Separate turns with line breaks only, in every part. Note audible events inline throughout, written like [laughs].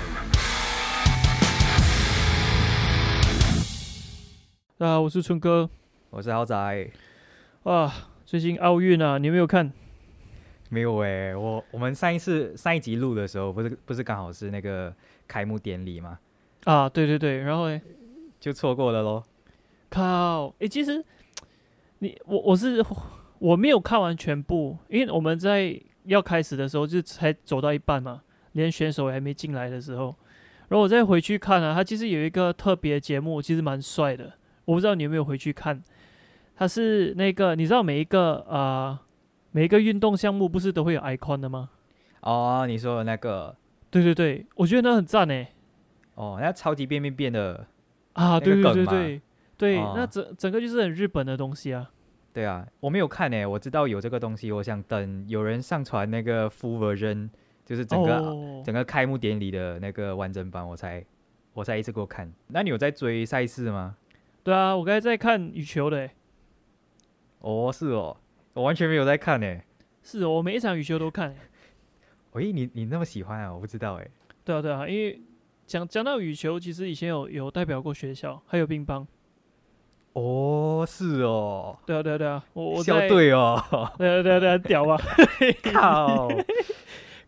大家啊好，我是春哥
我是豪仔。
啊。最近奥运啊，你有没有看？
没有哎、我我们上一次上一集录的时候，不是不是刚好是那个开幕典礼嘛，
啊，对对对，然后嘞，
就错过了喽。
靠，诶、其实你我我是我没有看完全部，因为我们在要开始的时候就才走到一半嘛，连选手也还没进来的时候，然后我再回去看啊，他其实有一个特别节目，其实蛮帅的，我不知道你有没有回去看，他是那个你知道每一个啊、呃每一个运动项目不是都会有 icon 的吗？
哦，你说的那个
对对对，我觉得那很赞诶、
哦，那超级变变变的，
啊，
那
对
个
对对
梗嘛
对对，那
哦
整整个就是很日本的东西啊。
对啊，我没有看哎、我知道有这个东西，我想等有人上传那个 full version，就是整个、
哦
整个开幕典礼的那个完整版，我才我才一次过看。那你有在追赛事吗？
对啊，我刚才在看羽球的欸，
哦，是哦，我完全没有在看哎、
是哦，我每一场羽球都看欸。
喂、你你那么喜欢啊？我不知道哎、
对啊，对啊，因为讲讲到羽球，其实以前有有代表过学校，还有乒乓。
哦，是哦，
对啊，对啊，对啊，我我
校
在
队哦，
[laughs] 对啊，对啊，对啊，很屌啊！ [laughs]
靠，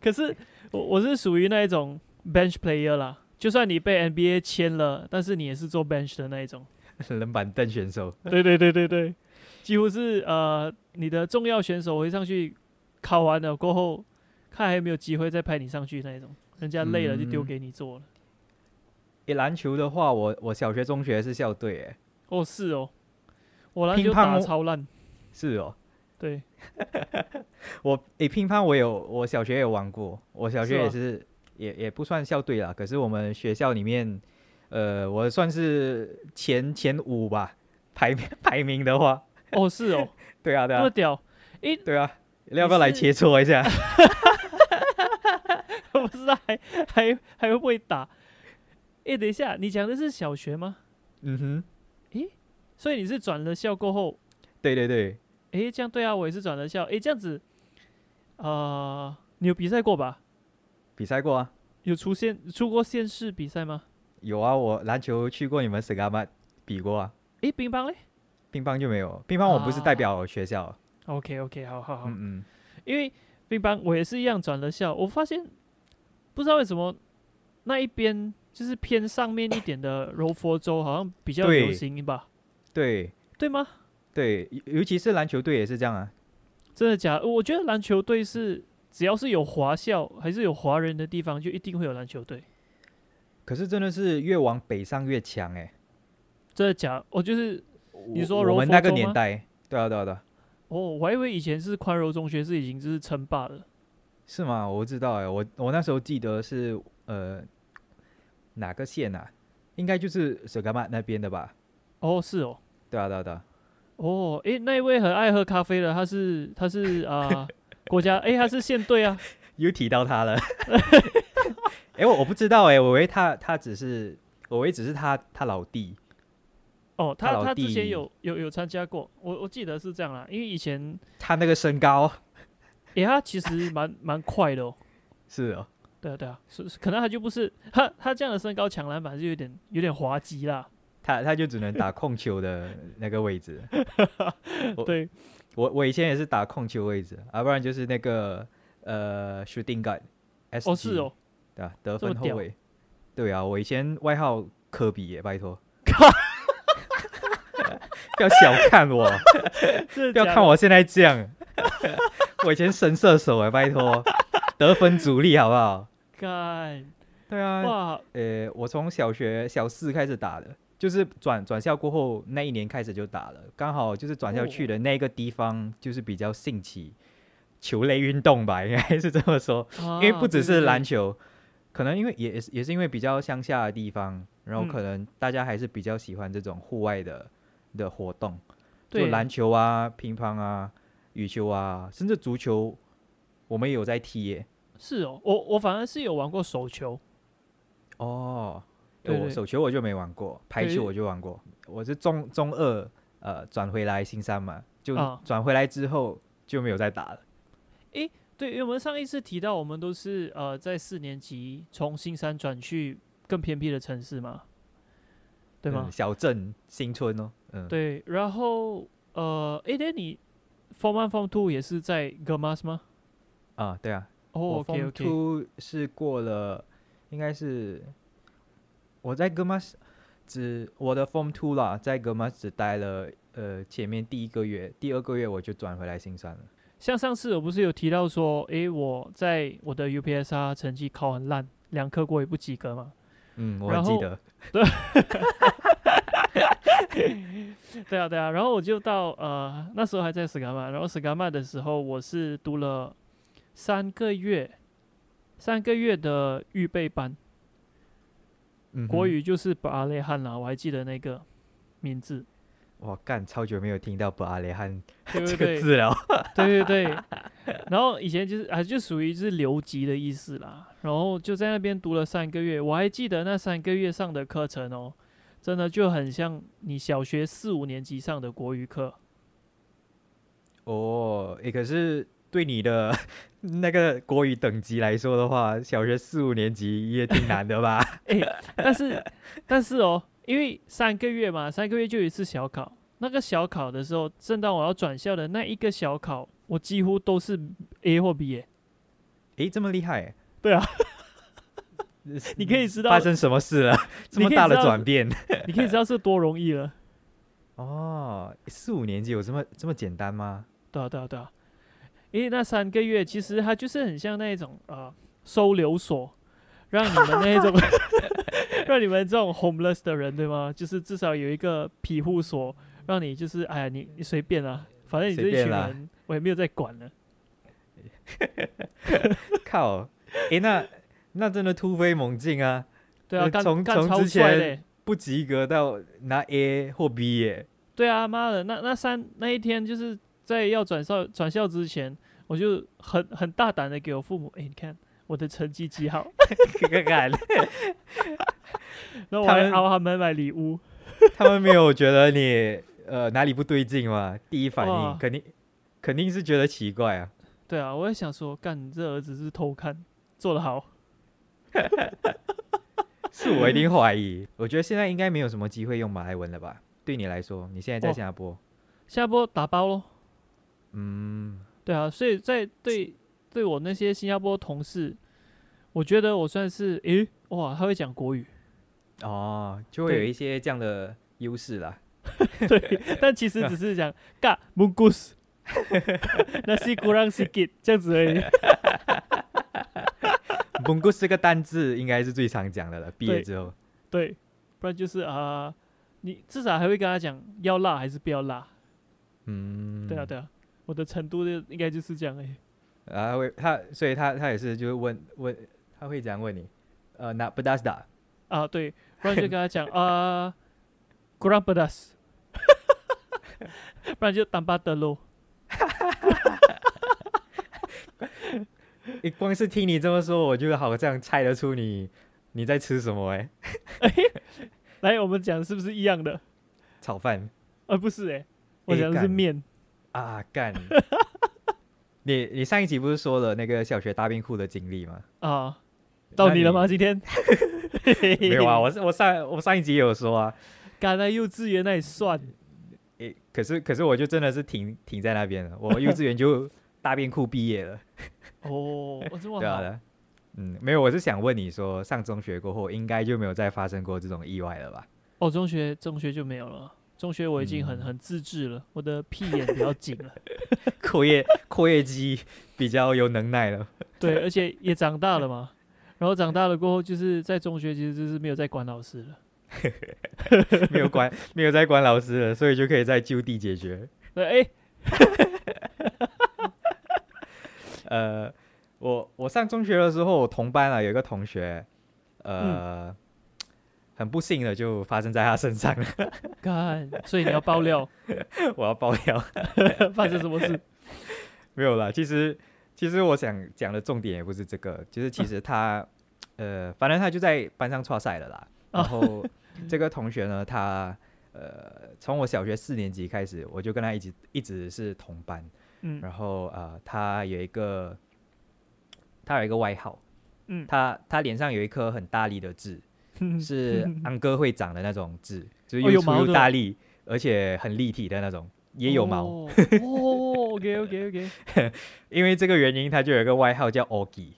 可是我我是属于那一种 bench player 啦，就算你被 NBA 签了，但是你也是做 bench 的那一种。
[laughs] 冷板凳选手
[laughs] 对对对对对，几乎是呃，你的重要选手会上去考完了过后，看还有没有机会再派你上去那一种，人家累了就丢
嗯
给你做了。
诶，篮球的话，我我小学、中学是校队哎，
哦，是哦，我篮
乒
球打
乓
超烂，
是哦，
对，
我诶，乒乓我有，我小学也有玩过，我小
是哦
学也
吗
是也也不算校队啦，可是我们学校里面，呃，我算是前前五吧，排名排名的话，
哦是 [laughs] 哦，
对啊对
那么
啊
屌， [laughs]
对啊，
你
要不要来
是
切磋一下？
我不知道还还还会不会打。诶，等一下，你讲的是小学吗？
[laughs] 嗯哼，
所以你是转了校过后，
对对对，
诶，这样对啊，我也是转了校，诶，这样子，呃，你有比赛过吧？
比赛过啊，
有出现出过县市比赛吗？
有啊，我篮球去过你们省阿曼比过啊，
诶，乒乓嘞？
乒乓就没有，乒乓我不是代
啊哦
表学校，
OK OK，好好好，
嗯嗯，
因为乒乓我也是一样转了校，我发现不知道为什么那一边就是偏上面一点的柔佛州好像比较流
对
行吧？
对
对吗？
对，尤尤其是篮球队也是这样啊，
真的假的？我觉得篮球队是只要是有华校还是有华人的地方，就一定会有篮球队。
可是真的是越往北上越强哎、
真的假的？我就是你
我
说柔
我们
佛
那个
州
年
吗
代，对啊对啊对啊，
哦，我还以为以前是宽柔中学是已经就是称霸了。
是吗？我不知道哎、我我那时候记得是呃哪个县啊？应该就是舍甘曼那边的吧？
哦，是哦，
对啊对啊对啊，
哦，诶，那一位很爱喝咖啡的，他是他是啊、国家诶，他是县队啊。
又提到他了， [laughs] 哎、我我不知道哎、我以为他他只是，我以为只是他他老弟，
哦，
他
他
老
他之前
弟
有有有参加过，我我记得是这样啦，因为以前，
他那个身高
诶、他其实蛮蛮快的哦，
是哦，
对啊对啊，是是可能他就不是他他这样的身高抢篮板就有点有点滑稽啦，
他他就只能打控球的那个位置。我
对，
我我以前也是打控球位置，啊，不然就是那个呃 shooting guard。
哦是哦，，
对啊，得
这么
分后
屌
卫。对啊，我以前外号科比耶，
[laughs]
拜托。不要小看我，
这
不要看我现在这样。我以前神射手哎，拜托，得分主力好不好？
干
对啊，
哇
呃，我从小学小四开始打的，就是转转校过后那一年开始就打了，刚好就是转校
哦
去的那个地方，就是比较兴起球类运动吧，应该是这么说。因为
啊
不只
对
是
对
篮
对
球，可能因为也也是也是因为比较乡下的地方，然后
嗯
可能大家还是比较喜欢这种户外的的活动，就
对
篮球啊、乒乓啊、羽球啊，甚至足球，我们也有在踢耶。
是哦，我我反而是有玩过手球，
哦，
对
我
对
手球我就没玩过，排
对
球我就玩过，我是中中二呃转回来新山嘛，就
啊
转回来之后就没有再打了。
对，因为我们上一次提到我们都是呃在四年级从新山转去更偏僻的城市嘛，对吗
嗯？小镇新村哦，嗯，
对，然后呃，诶，那你 Form One Form Two 也是在 Gamas 吗？
啊，对啊，
哦
我
OK
Form
OK，
Two 是过了，应该是我在 g 马 m 只我的 Form Two 啦，在 g 马 m 只待了呃前面第一个月，第二个月我就转回来新山了。
像上次我不是有提到说，诶，我在我的 UPSR 成绩考很烂，两科过也不及格嘛。
嗯，我
然
很记
后
得，
对啊，对啊，然后我就到呃那时候还在 s 伽 a 然后 s 伽 a 的时候我是读了三个月，三个月的预备班，
嗯
国
哼，
语就是巴雷汉啦，我还记得那个名字，
我干超久没有听到布阿雷汉
对
这
不
个
对？
字了。
对对对，然后以前就是啊，就属于是留级的意思啦。然后就在那边读了三个月，我还记得那三个月上的课程哦，真的就很像你小学四五年级上的国语课。
哦，诶，可是对你的 [laughs] 那个国语等级来说的话，小学四五年级也挺难的
[laughs]
吧？
但是但是哦，因为三个月嘛，三个月就有一次小考。那个小考的时候，正当我要转校的那一个小考，我几乎都是 A 或 B 耶。
诶，这么厉害？
对
[laughs]
啊，
你
你可以知道
发，生什么事了？
[laughs]
这
你
么
可以
大
知
的
道
转变？
你可以知道是多容易了。
哦，四五年级有这么这么简单吗？
对啊，对啊，对啊。因为那三个月其实它就是很像那一种呃收留所，让你们那一种， [laughs] 让你们这种 homeless 的人对吗？就是至少有一个庇护所，让你就是哎呀你你随便啦、反正你
随
这一
便
群
啦
人我也没有在管了。
靠，诶，那那真的突飞猛进啊！
对啊，
呃
干
从
干
从
超
之
帅
前
嘞。
不及格到拿 A 或 B 耶，
对啊，妈的，那那三那一天就是在要转校转校之前，我就很很大胆的给我父母，哎，你看我的成绩极好，
看看
然后我
他
还
们
熬他们买礼物。
他们没有觉得你呃哪里不对劲吗？第一反
哇
应肯定肯定是觉得奇怪啊。
对啊，我也想说，干你这儿子是偷看，做得好。
[laughs] 是我一定怀疑。我觉得现在应该没有什么机会用马来文了吧？对你来说，你现在在
哦
新加坡，
下播打包咯。
嗯，
对啊，所以在对对我那些新加坡同事，我觉得我算是诶哇，他会讲国语， [laughs]
哦，就会有
对
一些这样的优势啦。
对，但其实只是
[laughs]
讲嘎 mungus，那是 kurang sikit 这样子而已。
蒙古是个单字，应该是最常讲的了。毕业
对
之后，
对，不然就是啊、你至少还会跟他讲要辣还是不要辣。
嗯，
对啊，对啊，我的程度就应该就是这样诶。
啊，会他，所以他他也是就是问问，他会这样问你，呃，那不达斯达，
啊，对，不然就跟他讲啊，kurang pedas，不然就 tambah telur。
诶光是听你这么说，我就好像猜得出你你在吃什么哎，
来，我们讲是不是一样的？
炒饭
啊，不是诶、我
诶
讲的是
干
面。
啊，干。 [laughs] 你你上一集不是说了那个小学大冰库的经历 [laughs] 吗？
啊，到
那
你了
你
吗？今天
[laughs] 没
[laughs]
有啊，我是我上我上一集也有说啊，
赶来幼稚园那里算，
诶，可是可是我就真的是停停在那边了，我幼稚园就大便库毕业了，
哦，我这么
对
好，
啊，嗯，没有，我是想问你说，上中学过后应该就没有再发生过这种意外了吧？
哦，中学中学就没有了，中学我已经很
嗯
很自制了，我的屁眼比较紧了，
阔叶阔叶鸡比较有能耐了，
对，而且也长大了嘛，然后长大了过后，就是在中学其实就是没有再管老师了，
没有管没有再管老师了，所以就可以在就地解决。
对，哎，
呃，我我上中学的时候，我同班啊有一个同学，呃，很不幸的就发生在他身上了， [laughs]
干，所以你要爆料
我要爆料。
发生什么事？
没有啦，其实其实我想讲的重点也不是这个，就是其实他呃，反正他就在班上错赛了啦。然后
哦
这个同学呢，他呃，从我小学四年级开始，我就跟他一直一直是同班。
嗯
然后呃，他有一个他有一个外号，
嗯嗯
他他脸上有一颗很大力的痣，
[laughs]
是安哥会长的那种痣，就是
哦有
又粗
毛
又
的
大力，而且很立体的那种，也有毛。
哦 OK OK OK，
因为这个原因，他就有一个外号叫 Ogi。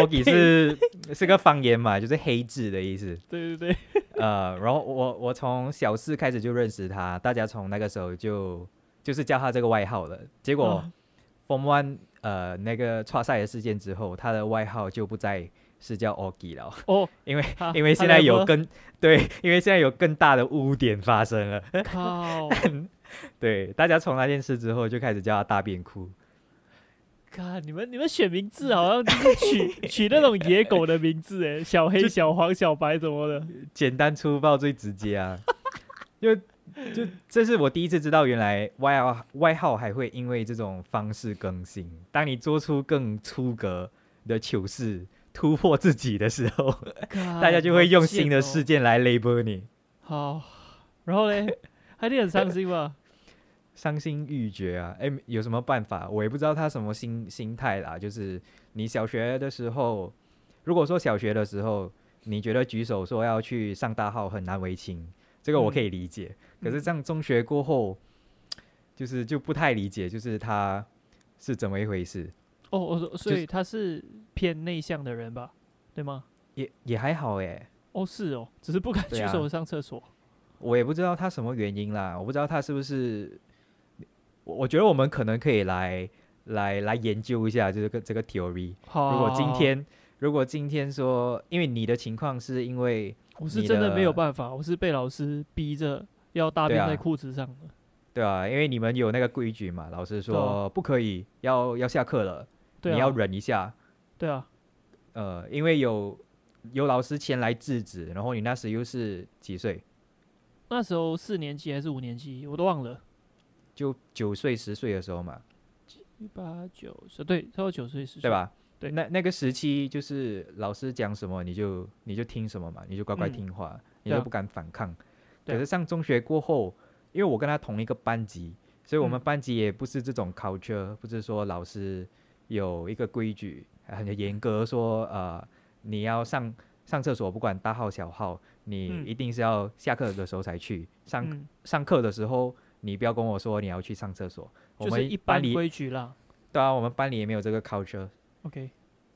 Ogi 是是个方言嘛，就是黑痣的意思。
对对对，
呃，然后我我从小四开始就认识他，大家从那个时候就就是叫他这个外号了。结果
啊
Form One 呃那个跨赛的事件之后，他的外号就不再是叫 Ogi 了， [laughs]
哦，
因为
他
因为
他
现在
level
有更对，因为现在有更大的污点发生了。
靠，
对，大家从那件事之后就开始叫他大便哭。
看你们你们选名字好像就是取取那种野狗的名字，哎，小黑、
就
小黄、小白什么的，
简单粗暴最直接啊！ [laughs] 就就这是我第一次知道，原来外号外号还会因为这种方式更新。当你做出更出格的糗事，突破自己的时候，大
大
家就会用
哦
新的事件来 label 你，
好，然后嘞，还得很伤心吧？
伤心欲绝啊！哎，有什么办法？我也不知道他什么心心态啦。就是你小学的时候，如果说小学的时候你觉得举手说要去上大号很难为情，这个我可以理解。可是上中学过后，就是就不太理解，就是他是怎么一回事。
哦，我说，所
就
以他是偏内向的人吧？对吗？
也也还好诶，
哦，是哦，只是不敢
对
举
啊
手上厕所。
我也不知道他什么原因啦，我不知道他是不是，我我觉得我们可能可以来来来研究一下，就是这个这个 theory。
好，
如果今
好好
天如果今天说，因为你的情况是因为
我是
你
真的没有
的
办法，我是被老师逼着要大
对
便
啊
在裤子上的。
对啊，因为你们有那个规矩嘛，老师
对
说
啊
不可以，要要下课了，
对啊，
你要忍一下。
对啊，
呃，因为有有老师前来制止，然后你那时又是几岁？
那时候四年级还是五年级，我都忘了。
就九岁、十岁的时候嘛，
一八九十，对，差不多九岁十岁，
对？吧？
对
那那个时期就是老师讲什么你就你就听什么嘛，你就乖乖
嗯
听话，你
对
就
啊
不敢反抗。
对啊
可是上中学过后，因为我跟他同一个班级，所以我们
嗯
班级也不是这种 culture，不是说老师有一个规矩很严格说呃你要上上厕所，不管大号小号，你
嗯
一定是要下课的时候才去上
嗯，
上课的时候，你不要跟我说你要去上厕所。我
就是
们
一般
班里
规矩啦。
对啊，我们班里也没有这个 culture，
OK，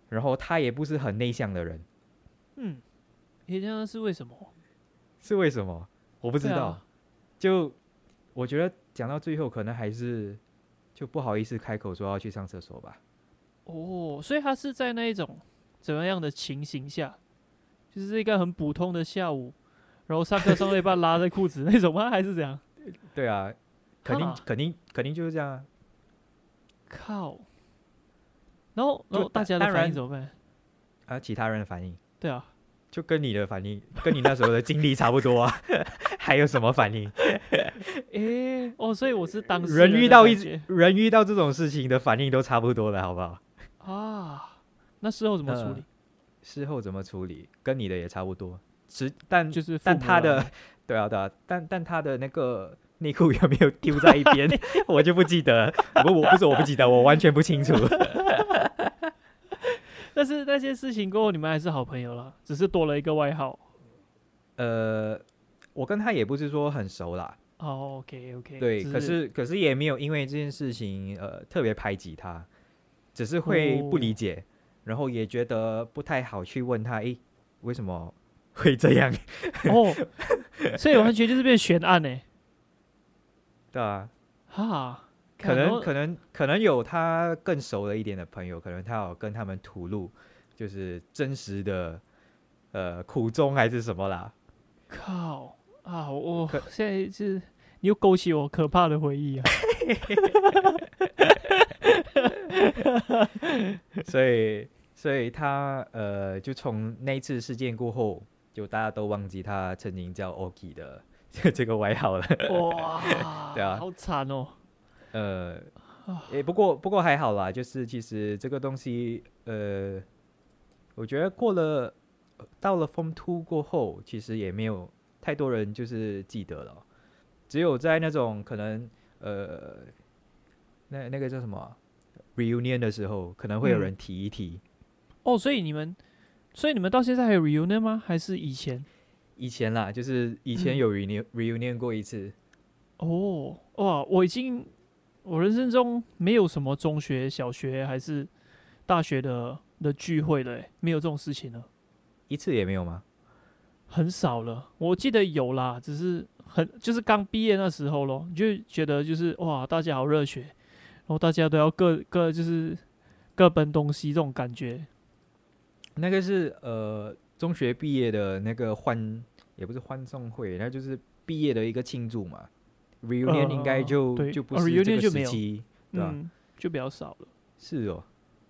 然后他也不是很内向的人，
嗯，你这样是为什么？
是为什么？我不知
对啊
道。就我觉得讲到最后，可能还是就不好意思开口说要去上厕所吧。
哦，所以他是在那一种怎么样的情形下，就是一个很普通的下午，然后上课上到一半拉在裤子那种吗？还是怎样？
对啊，肯定
啊
肯定肯定就是这样啊。
[laughs] 靠！然后，然
就
后大
当
家的
当
反应
然
怎么办？
啊，其他人的反应
对啊，
就跟你的反应，跟你那时候的经历差不多啊。 [laughs] 还有什么反应？
诶，哦，所以我是当事
人
的
遇到一
感觉
人遇到这种事情的反应都差不多了，好不好？
啊，那事后怎么处
呃
理？
事后怎么处理，跟你的也差不多。只但
就是父
但
母
他
啦
的 [laughs] 对啊对啊，但但他的那个内裤有没有丢在一 [laughs] 边，我就不记得了。不，我不是我不记得，我完全不 [laughs] 清楚。
[laughs] 但是那些事情过后，你们还是好朋友了，只是多了一个外号。
呃，我跟他也不是说很熟啦，
哦，OK OK，
对，可是可是也没有因为这件事情呃特别排挤他，只是会不理解，然后也觉得不太好去问他，诶，为什么会这样？ [laughs]
哦，所以完全就是变悬案呢、
对啊，
哈，哦
可
然后
能可能可能有他更熟了一点的朋友，可能他有跟他们吐露，就是真实的呃苦衷还是什么啦。
靠啊，我我
可
现在是你又勾起我可怕的回
[laughs]
忆啊！
所以所以他呃就从那一次事件过后，就大家都忘记他曾经叫 Oki 的 [laughs] 这个外号了。
哇，
对啊
好惨哦。
呃，诶，不过不过还好啦，就是其实这个东西，呃，我觉得过了到了 Form Two 过后，其实也没有太多人就是记得了，只有在那种可能呃，那那个叫什么啊 reunion 的时候，可能会有
嗯
人提一提。
哦，所以你们，所以你们到现在还有 reunion 吗？还是以前？
以前啦，就是以前有 reunion、reunion 过一次，
哦，哇，我已经我人生中没有什么中学、小学还是大学的的聚会了欸，没有这种事情了，
一次也没有吗？
很少了。我记得有啦，只是很就是刚毕业那时候咯，你就觉得就是哇，大家好热血，然后大家都要各各就是各奔东西这种感觉。
那个是呃中学毕业的那个欢，也不是欢送会，那就是毕业的一个庆祝嘛。reunion 应该
呃
就、
对
就不
哦
是这
reunion
个
就没
时
有
期，对吧、
嗯，就比较少了。
是哦，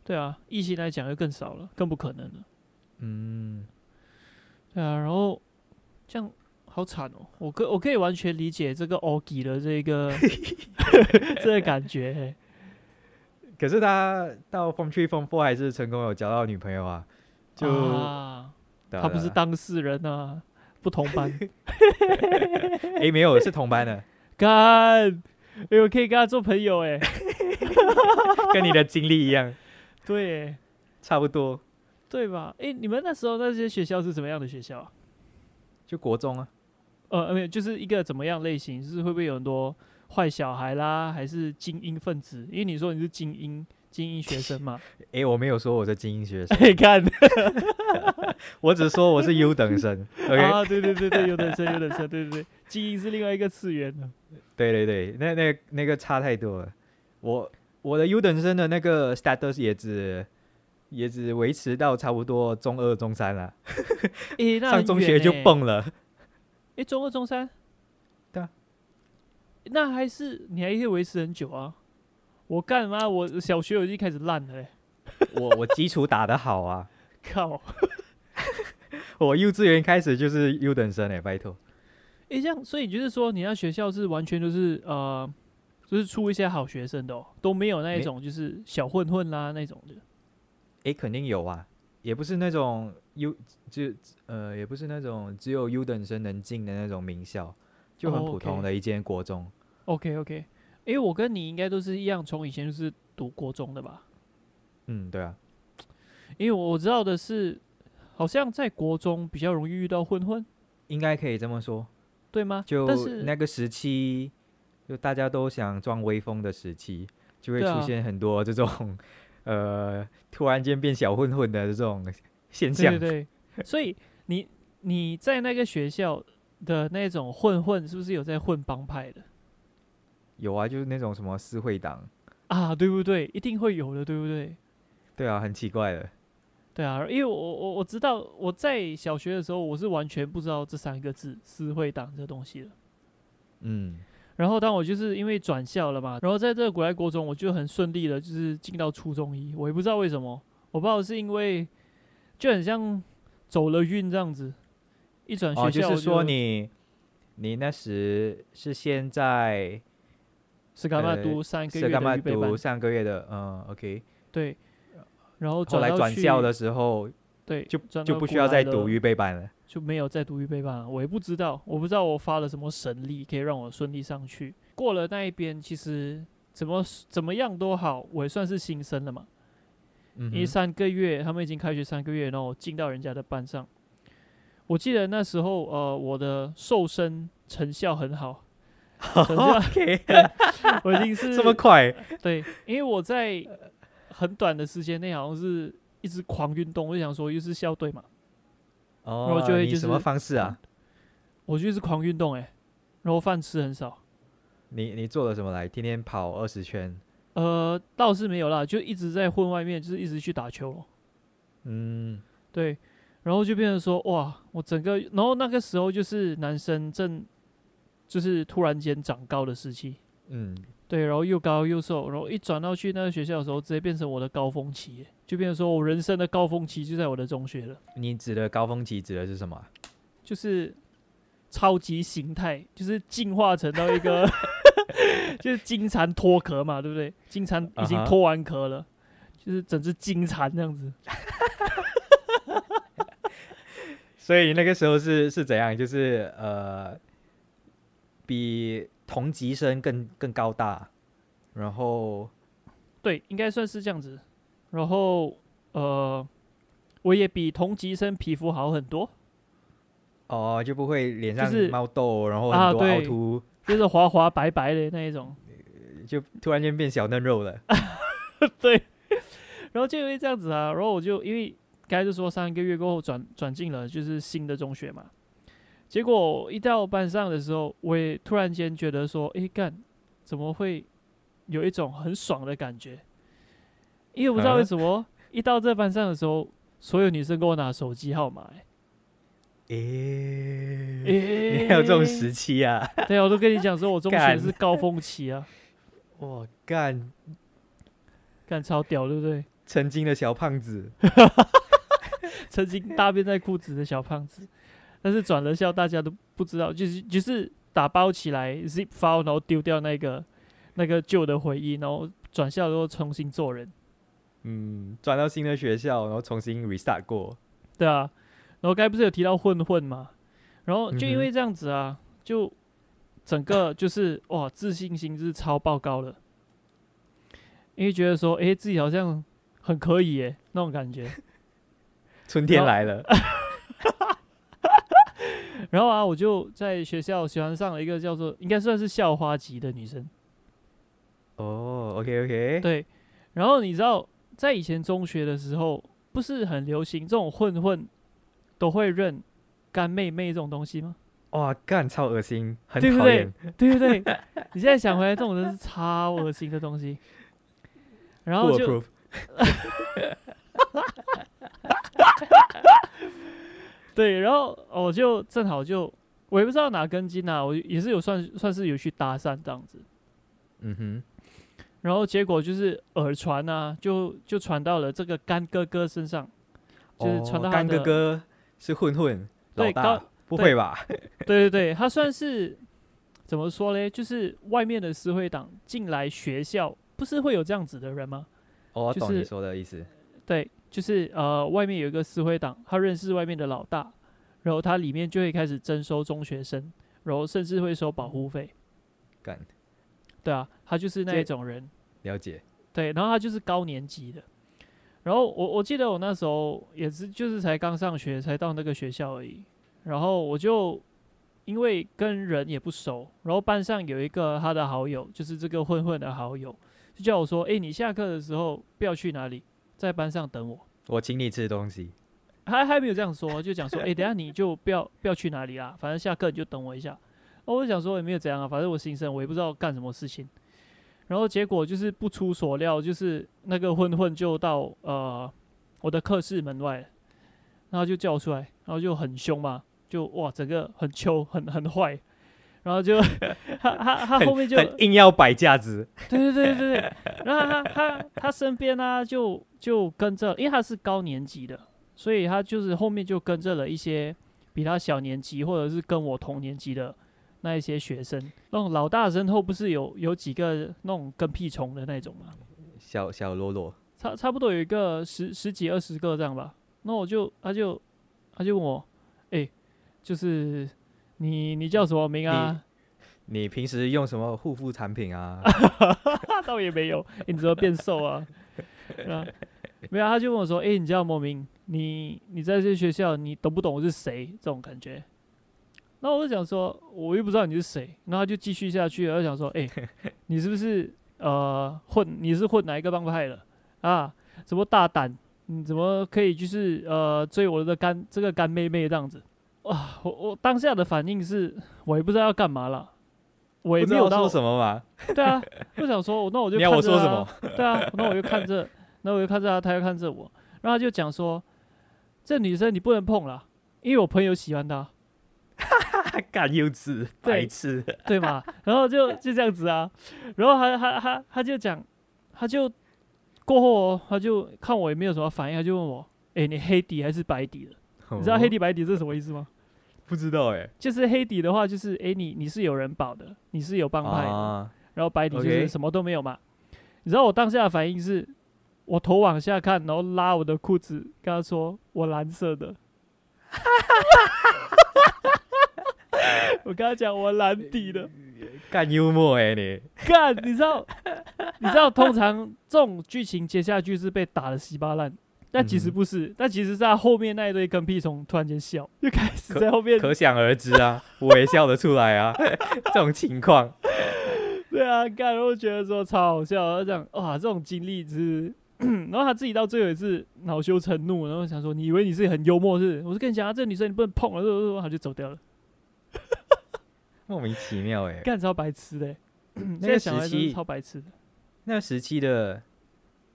对啊，疫情来讲就更少了，更不可能了。
嗯，
对啊，然后这样好惨哦，我可我可以完全理解这个 Ogi 的这
[laughs]
个 [laughs] 这个感觉欸、
可是他到 Form Three、Form Four 还是成功有交到女朋友啊，就、
啊、
对啊
他不是
对啊
当事人啊，不同班 [laughs]
诶，没有是同班的，
干，哎，我可以跟他做朋友哎、
[laughs] 跟你的经历一样，
对欸
差不多，
对吧？哎、你们那时候那些学校是什么样的学校啊？
就国中啊，
呃，没有，就是一个怎么样类型？就是会不会有很多坏小孩啦，还是精英分子？因为你说你是精英精英学生
[laughs]
嘛，
诶，我没有说我是精英学生，
哎，看
我只说我是优等生。OK，、 [laughs]
啊，对对对对，有等生有等生，对对对，精英是另外一个次元
[laughs]
的。
对对对，那那那个差太多了。我我的优等生的那个 status 也只也只维持到差不多中二、中三了，
诶，那
上
很
中
远
学就
欸。
蹦了。
诶，中二中三。
对啊。
那还是你还可以维持很久啊。我干嘛？我小学我已经开始烂了嘞，
我我基础打得好啊，
靠！
[laughs] 我幼稚园开始就是优等生哎、拜托。
诶，这样，所以就是说，你那学校是完全就是呃，就是出一些好学生的哦，都没有那一
没
种就是小混混啦那种的。
诶，肯定有啊，也不是那种优就呃，也不是那种只有优等生能进的那种名校，就很
哦
普通
，OK
的一间国中。
OK OK，因为我跟你应该都是一样，从以前就是读国中的吧？
嗯，对啊，
因为我知道的是，好像在国中比较容易遇到混混，
应该可以这么说。
对吗？
就
但是
那个时期，就大家都想装威风的时期，就会
对
出
啊
现很多这种、呃突然间变小混混的这种现象。
对对对，所以你你在那个学校的那种混混，是不是有在混帮派的
有啊，就是那种什么私会党，
啊？对不对？一定会有的，对不对？
对啊，很奇怪的。
对啊，因为我我我知道我在小学的时候，我是完全不知道这三个字“私会党”这东西的。
嗯，
然后当我就是因为转校了嘛，然后在这个国外国中，我就很顺利的，就是进到初中一。我也不知道为什么，我不知道是因为就很像走了运这样子，一转学校、
哦，就是说你你那时是先在
是干嘛
呃
读三个
是
月
干
的
嘛
预备班
读，上个月的，嗯，OK，
对，然后
后
转
来
到
转
去
校的时候
对
就
转
就
到
不需
古
要
兰
再
了
读预备班了。
就没有再读预备班了。我也不知道，我不知道我发了什么神力可以让我顺利上去。过了那一边，其实怎么怎么样都好，我也算是新生了嘛。
嗯
因为
哼，
三个月，他们已经开学三个月，然后我进到人家的班上。我记得那时候，呃，我的瘦身成效很好，成效
[laughs] OK，
[laughs] 我已经是
这么快，
对，因为我在很短的时间内好像是一直狂运动，我就想说又是校队嘛，
哦，
就会
你
就
什么
是
方式啊？
我就是狂运动哎、然后饭吃很少，
你你做了什么来？天天跑二十圈，
呃，倒是没有啦，就一直在混外面，就是一直去打球咯
嗯，
对，然后就变成说，哇，我整个，然后那个时候就是男生正就是突然间长高的时期，
嗯，
对，然后又高又瘦，然后一转到去那个学校的时候，直接变成我的高峰期耶，就变成说我人生的高峰期就在我的中学了，
你指的高峰期指的是什么啊？
就是超级形态，就是进化成到一
[laughs]
个，就是金蝉脱壳嘛，对不对？金蝉已经
啊哈
脱完壳了就是整只金蝉那样子。
所以那个时候是是怎样？就是呃，比同级生更更高大，然后
对，应该算是这样子。然后呃，我也比同级生皮肤好很多，
哦，就不会脸
就
上
是
冒痘，然后
啊
很多凹
对
凸，
就是滑滑白白的那一种。
就突然间变小嫩肉
啊
了。
对，然后就因为这样子啊，然后我就因为刚才就说三个月过后转转进了就是新的中学嘛，结果一到班上的时候，我也突然间觉得说，诶，干，怎么会有一种很爽的感觉？因为我不知道为
啊
什么、一到这班上的时候，所有女生给我拿手机号码、
[laughs]
欸，
诶、
诶、
[laughs] 你还有这种时期啊？
[laughs] 对啊，我都跟你讲说，我中学
干
是高峰期啊，
我干，
干超屌，对不对？ [laughs]
曾经的小胖子，
曾经大便在裤子的小胖子，但是转了校大家都不知道，就是就是打包起来 zip file，然后丢掉那个那个旧的回忆，然后转校之后重新做人，
嗯，转到新的学校，然后重新 restart 过。
对啊。然后刚才不是有提到混混嘛，然后就
嗯哼
因为这样子啊，就整个就是哇自信心是超爆高的，因为觉得说诶、自己好像很可以耶那种感觉，
春天
然后
来了，
然后啊，我就在学校喜欢上了一个叫做应该算是校花级的女生。
哦，OK OK，
对，然后你知道，在以前中学的时候，不是很流行这种混混都会认干妹妹这种东西吗？
哇，干超恶心，很
对不
讨
对
厌。
对不对？你现在想回来，这种真是超恶心的东西。然后
不
就
approve，
对，然后我就正好就我也不知道哪根筋啊，我也是有算算是有去搭讪这样子。
嗯哼，
然后结果就是耳传啊，就就传到了这个干哥哥身上，就是
哦
传到他
干哥
的
哥是混混老
对
大
高，
不
对
会吧？
对对对，他算是怎么说嘞？就是外面的社会党进来学校，不是会有这样子的人吗？
哦，我
就
懂你
是
说的意思。
对，就是呃，外面有一个社会党，他认识外面的老大，然后他里面就会开始征收中学生，然后甚至会收保护费。
干，
对啊，他就是那
这
一种人。
了解。
对，然后他就是高年级的。然后我我记得我那时候也是就是才刚上学，才到那个学校而已。然后我就因为跟人也不熟，然后班上有一个他的好友，就是这个混混的好友，就叫我说：“诶，你下课的时候不要去哪里，在班上等我。
我请你吃东西。”
还还没有这样说，就讲说：“哎诶，等一下你就不要不要去哪里啦，反正下课你就等我一下。”然后我就想说也没有怎样啊，反正我新生，我也不知道干什么事情。然后结果就是不出所料，就是那个混混就到呃我的课室门外了，然后就叫我出来，然后就很凶嘛，就哇整个很秋很很坏，然后就 [laughs] 他他他后面就
很硬要摆架子，
对对对对对，然后他他他身边呢、就就跟着，因为他是高年级的，所以他就是后面就跟着了一些比他小年级或者是跟我同年级的那一些学生。那种老大身后不是有有几个那种跟屁虫的那种嘛，
小小喽啰。
差差不多有一个十十几二十个这样吧。那我就他就他就问我，哎、就是你你叫什么名啊？
你平时用什么护肤产品啊？
那 [laughs] 倒也没有，欸你怎么变瘦
[laughs]
啊？啊，没有，他就问我说：“诶，你叫莫名，你你在这学校，你懂不懂我是谁？”这种感觉。那我就想说，我又不知道你是谁。然后他就继续下去了，我就想说：“
[laughs]
诶，你是不是呃混？你是混哪一个帮派的啊？怎么大胆？你怎么可以就是呃追我的干这个干妹妹这样子？”啊，我我当下的反应是，我也不知道要干嘛了，我也
不知
没有
道
到
说什么嘛？
[laughs] 对啊，不想说，那我就
你要
看
我
着
说什
他
么？
对啊，那我就看着，那我就看着他，他又看着我，然后他就讲说，这女生你不能碰啦，因为我朋友喜欢她，
[laughs] 干幼稚，
对
白痴。
对吗？ [laughs] 然后就就这样子啊，然后他他他他就讲，他就过后、哦、他就看我也没有什么反应，他就问我，诶，你黑底还是白底的？你知道黑
底
底白底这是什么意思吗？
哦不知道哎？
就是黑底的话，就是诶，你你是有人保的，你是有帮派的，
啊，
然后白底就是
OK
什么都没有嘛。你知道我当下的反应是，我头往下看，然后拉我的裤子，跟他说我蓝色
[laughs]
的。我跟他讲我蓝底的，
干幽默哎你。
干，你知道，你知道，通常这种剧情接下去是被打的稀巴烂，但其实
嗯
不是，但其实是他后面那一堆跟屁虫突然间笑，就开始在后面，
可想而知啊，我也笑得出来啊， [laughs] 这种情况，
[laughs] 对啊，干，然后觉得说超好笑，然后这样哇，这种经历是。 [clears throat] 然后他自己到最后也是恼羞成怒，然后想说：“你以为你自己很幽默是不是？我是跟你讲啊，这个女生你不能碰了，然后他就走掉了，
莫名其妙哎、
干超白痴的欸、 [clears throat] 现
那
在
个
想来
时
真是
期
超，白痴的。
那个时期的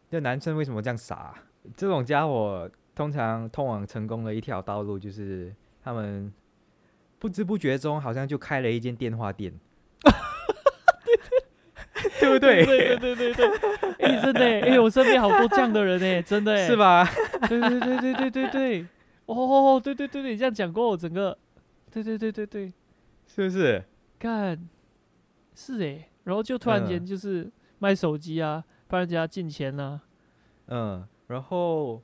的男生为什么这样傻啊、这种家伙通常通往成功的一条道路就是他们不知不觉中好像就开了一间电话店， [laughs] 对不对？
对对对对对，哎、真的哎、哎我身边好多这样的人哎、真的哎、
是？吧？
对对对对对对对，哦，对对对对，你这样讲过，我整个，对对对对对，
是不是？
干，是哎、然后就突然间
嗯
就是卖手机啊，帮人家进钱啊呐、
嗯，然后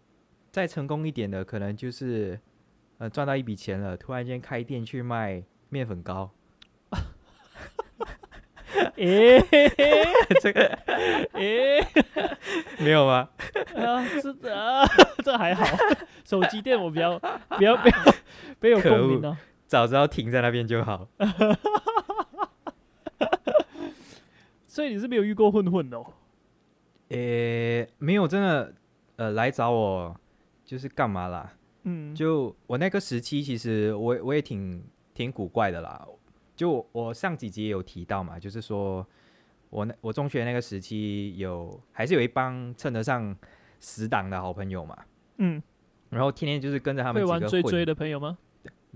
再成功一点的，可能就是呃赚到一笔钱了，突然间开店去卖面粉糕，
啊，
[laughs]
哎、
这个
哎、
没有吗？
啊，是的、啊，这还好，手机店我比较比较比较比较有
可
共鸣哦、
早知道停在那边就好。
所以你是没有遇过混混的、哦，
诶、没有真的呃来找我就是干嘛啦？
嗯，
就我那个时期，其实我也我也挺挺古怪的啦。就我上几集也有提到嘛，就是说我那我中学那个时期有还是有一帮称得上死党的好朋友嘛。
嗯，
然后天天就是跟着他们
会
几
玩
个
追
混
追的朋友吗？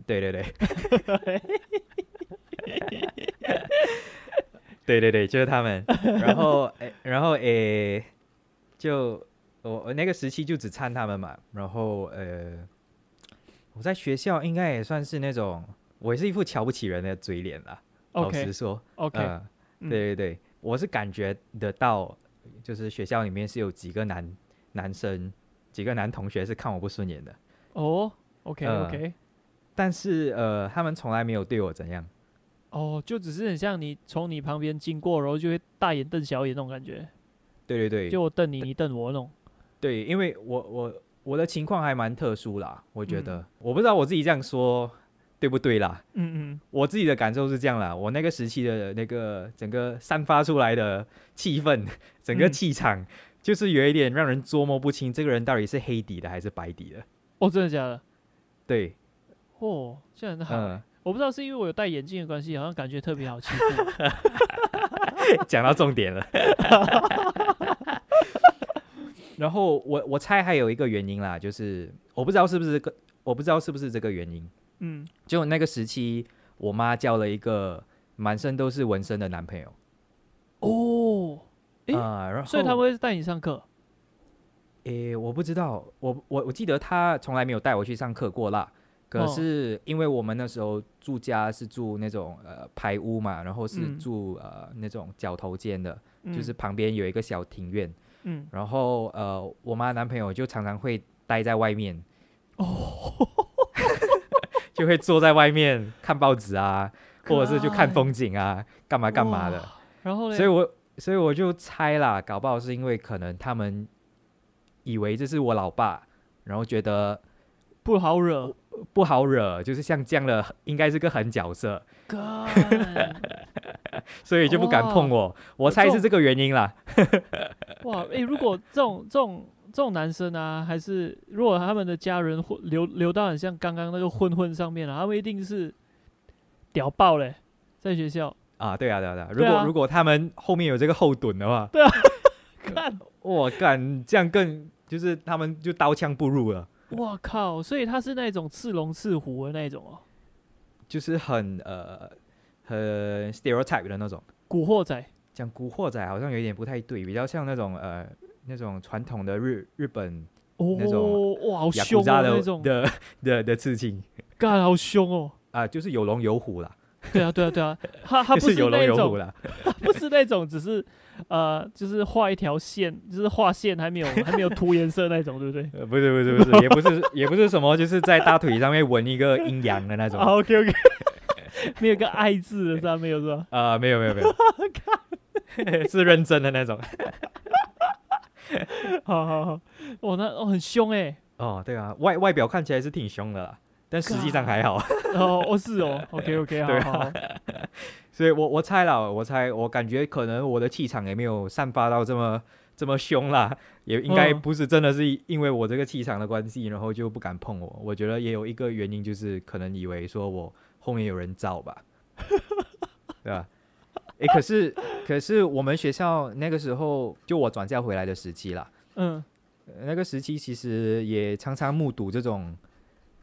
对对对，对对对，就是他们。然后，诶，然后诶、就我我那个时期就只掺他们嘛。然后，呃，我在学校应该也算是那种，我也是一副瞧不起人的嘴脸啦。老
OK
实说
OK，、
嗯
嗯
对对对，我是感觉得到，就是学校里面是有几个男男生，几个男同学是看我不顺眼的，
哦，OK
呃
OK，、
但是呃，他们从来没有对我怎样。
哦，就只是很像你从你旁边经过，然后就会大眼瞪小眼那种感觉，
对对对，
就我瞪你，你瞪我那种。
对，因为我我我的情况还蛮特殊啦，我觉
嗯
得、我不知道我自己这样说对不对啦，
嗯嗯，
我自己的感受是这样啦，我那个时期的那个整个散发出来的气氛， [laughs] 整个
嗯
气场，就是有一点让人捉摸不清，这个人到底是黑底的还是白底的。
哦，真的假的？
对，
哦，这样很好、
嗯， [laughs]
我不知道是因为我有戴眼镜的关系，好像感觉特别好欺负。
[laughs] 讲到重点了。 [laughs] 然后我我猜还有一个原因啦，就是我不知道是不是个，我不知道是不是这个原因，
嗯，
就那个时期，我妈交了一个满身都是纹身的男朋友
哦，诶
啊、然后
所以他们会带你上课。
诶，我不知道，我我我记得她从来没有带我去上课过啦。可
哦
是因为我们那时候住家是住那种呃排屋嘛，然后是
嗯
住、呃那种角头间的，
嗯、
就是旁边有一个小庭院，
嗯，
然后呃我妈男朋友就常常会待在外面，哦， [laughs] 就会坐在外面看报纸啊，或者是就看
可爱
风景啊，干嘛干嘛的。
哇。然后嘞，
所以我所以我就猜啦，搞不好是因为可能他们以为这是我老爸，然后觉得
不好惹。
不好惹，就是像这样的应该是个狠角色，
[laughs] 干
所以就不
哦
敢碰我。我猜是这个原因啦。
哇，诶，如果这种这种这种男生啊，还是如果他们的家人混流流到很像刚刚那个混混上面了、啊他们一定是屌爆嘞，在学校
啊，对啊，对啊，对啊。如
对啊啊
果、如果他们后面有这个后盾的话，
[laughs] 看，
我干这样更就是他们就刀枪不入了，
哇靠！所以他是那种刺龙刺虎的那种哦，
就是很呃很 stereotype 的那种。
古惑仔
讲古惑仔好像有点不太对，比较像那种呃那种传统的日日本
哦
那，种
哇，好
雅
凶哦，
库扎的
那种
的的的刺青
干好凶哦。
啊，就是有龙有虎啦，
对啊，对啊，对啊，
[laughs]
他他
就
不
是有龙
那
有虎
种，
啦。
[laughs] 不是那种，只是呃，就是画一条线，就是画线还没有还没有涂颜色那种，对不
[laughs]
对？
呃，不是不是不是，也不是也不是什么，就是在大腿上面纹一个阴阳的那种。
啊，OK OK，没有个爱字的是吧？没有是吧？ [laughs]
[laughs] 啊、没有没有没有，是认真的那种。
好好好，哦，那哦很凶哎、
哦，对啊，外外表看起来是挺凶的啦，但实际上还好。
哦哦是哦，OK OK，好
对啊
好，
所以我我猜了，我猜我感觉可能我的气场也没有散发到这么这么凶啦，也应该
嗯
不是真的是因为我这个气场的关系，然后就不敢碰我。我觉得也有一个原因就是可能以为说我后面有人罩吧， [laughs] 对吧？诶，可是可是我们学校那个时候就我转校回来的时期啦，
嗯
呃那个时期其实也常常目睹这种，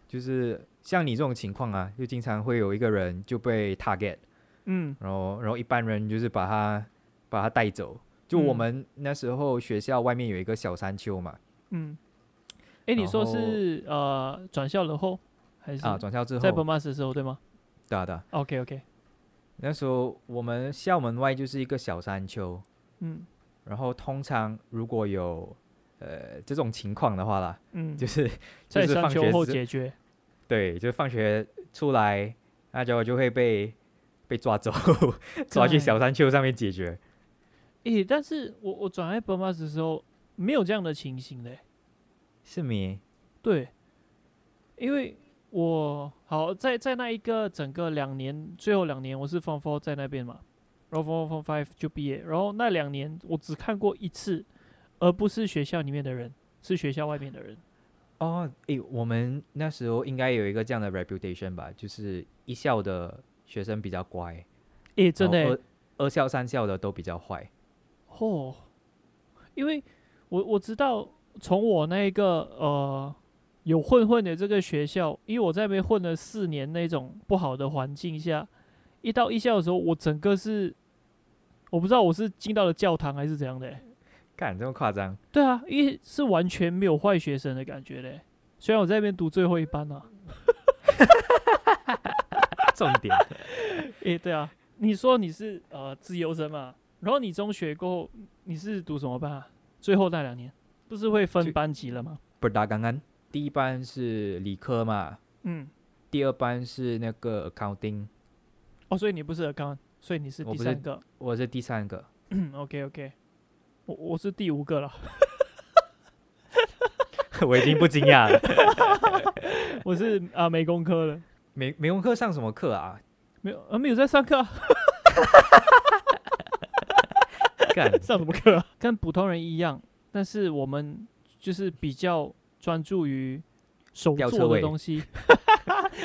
就是像你这种情况啊，就经常会有一个人就被 target。
嗯
然后然后一般人就是把他把他带走。就我
嗯
们那时候学校外面有一个小山丘嘛，
嗯，哎、你
然
说
后
是呃转校了后还是
啊，转校之
在
后，
Burmas 的时候对吗
对啊对啊，
？OK OK，
那时候我们校门外就是一个小山丘，
嗯
然后通常如果有呃这种情况的话啦， [laughs]
嗯，
就是
在
就是
上
放
修
学
后
时
解决。
对，就放学出来，那结果就会被被抓走， [laughs] 抓去
干
小山丘上面解决。
诶、但是我我转来 Burmas 的时候没有这样的情形嘞、
是没？
对，因为我好在在那一个整个两年，最后两年我是 Form Four 在那边嘛，然后 Form Four Form Five 就毕业，然后那两年我只看过一次，而不是学校里面的人，是学校外面的人。
哦，诶，我们那时候应该有一个这样的 reputation 吧，就是一校的学生比较乖，
诶、真的、
然后
欸，
二二校三校的都比较坏。
哦，因为我我知道从我那一个呃有混混的这个学校，因为我在那边混了四年那种不好的环境下，一到一校的时候，我整个是我不知道我是进到了教堂还是怎样的欸、
干这么夸张？
对啊，因为是完全没有坏学生的感觉嘞、虽然我在那边读最后一班啊，
重 [laughs] 点
诶、对啊，你说你是呃自由生嘛，然后你中学过后你是读什么班啊？最后那两年不是会分
最
班级了吗？
不打刚刚。第一班是理科嘛，
嗯，
第二班是那个 accounting，
哦，所以你不是 account，所以你是
我
第
不是
三个。 [clears throat]
我是第三个。
嗯，OK OK，我我是第五个了，
[laughs] 我已经不惊讶了。
我是啊、美工科的，
[laughs] 美美工课上什么课啊？
没有啊没有在上课啊、
[laughs] 干
上什么课啊、 [laughs] 跟普通人一样，但是我们就是比较专注于手
吊车
做
尾
的东
[laughs]
西。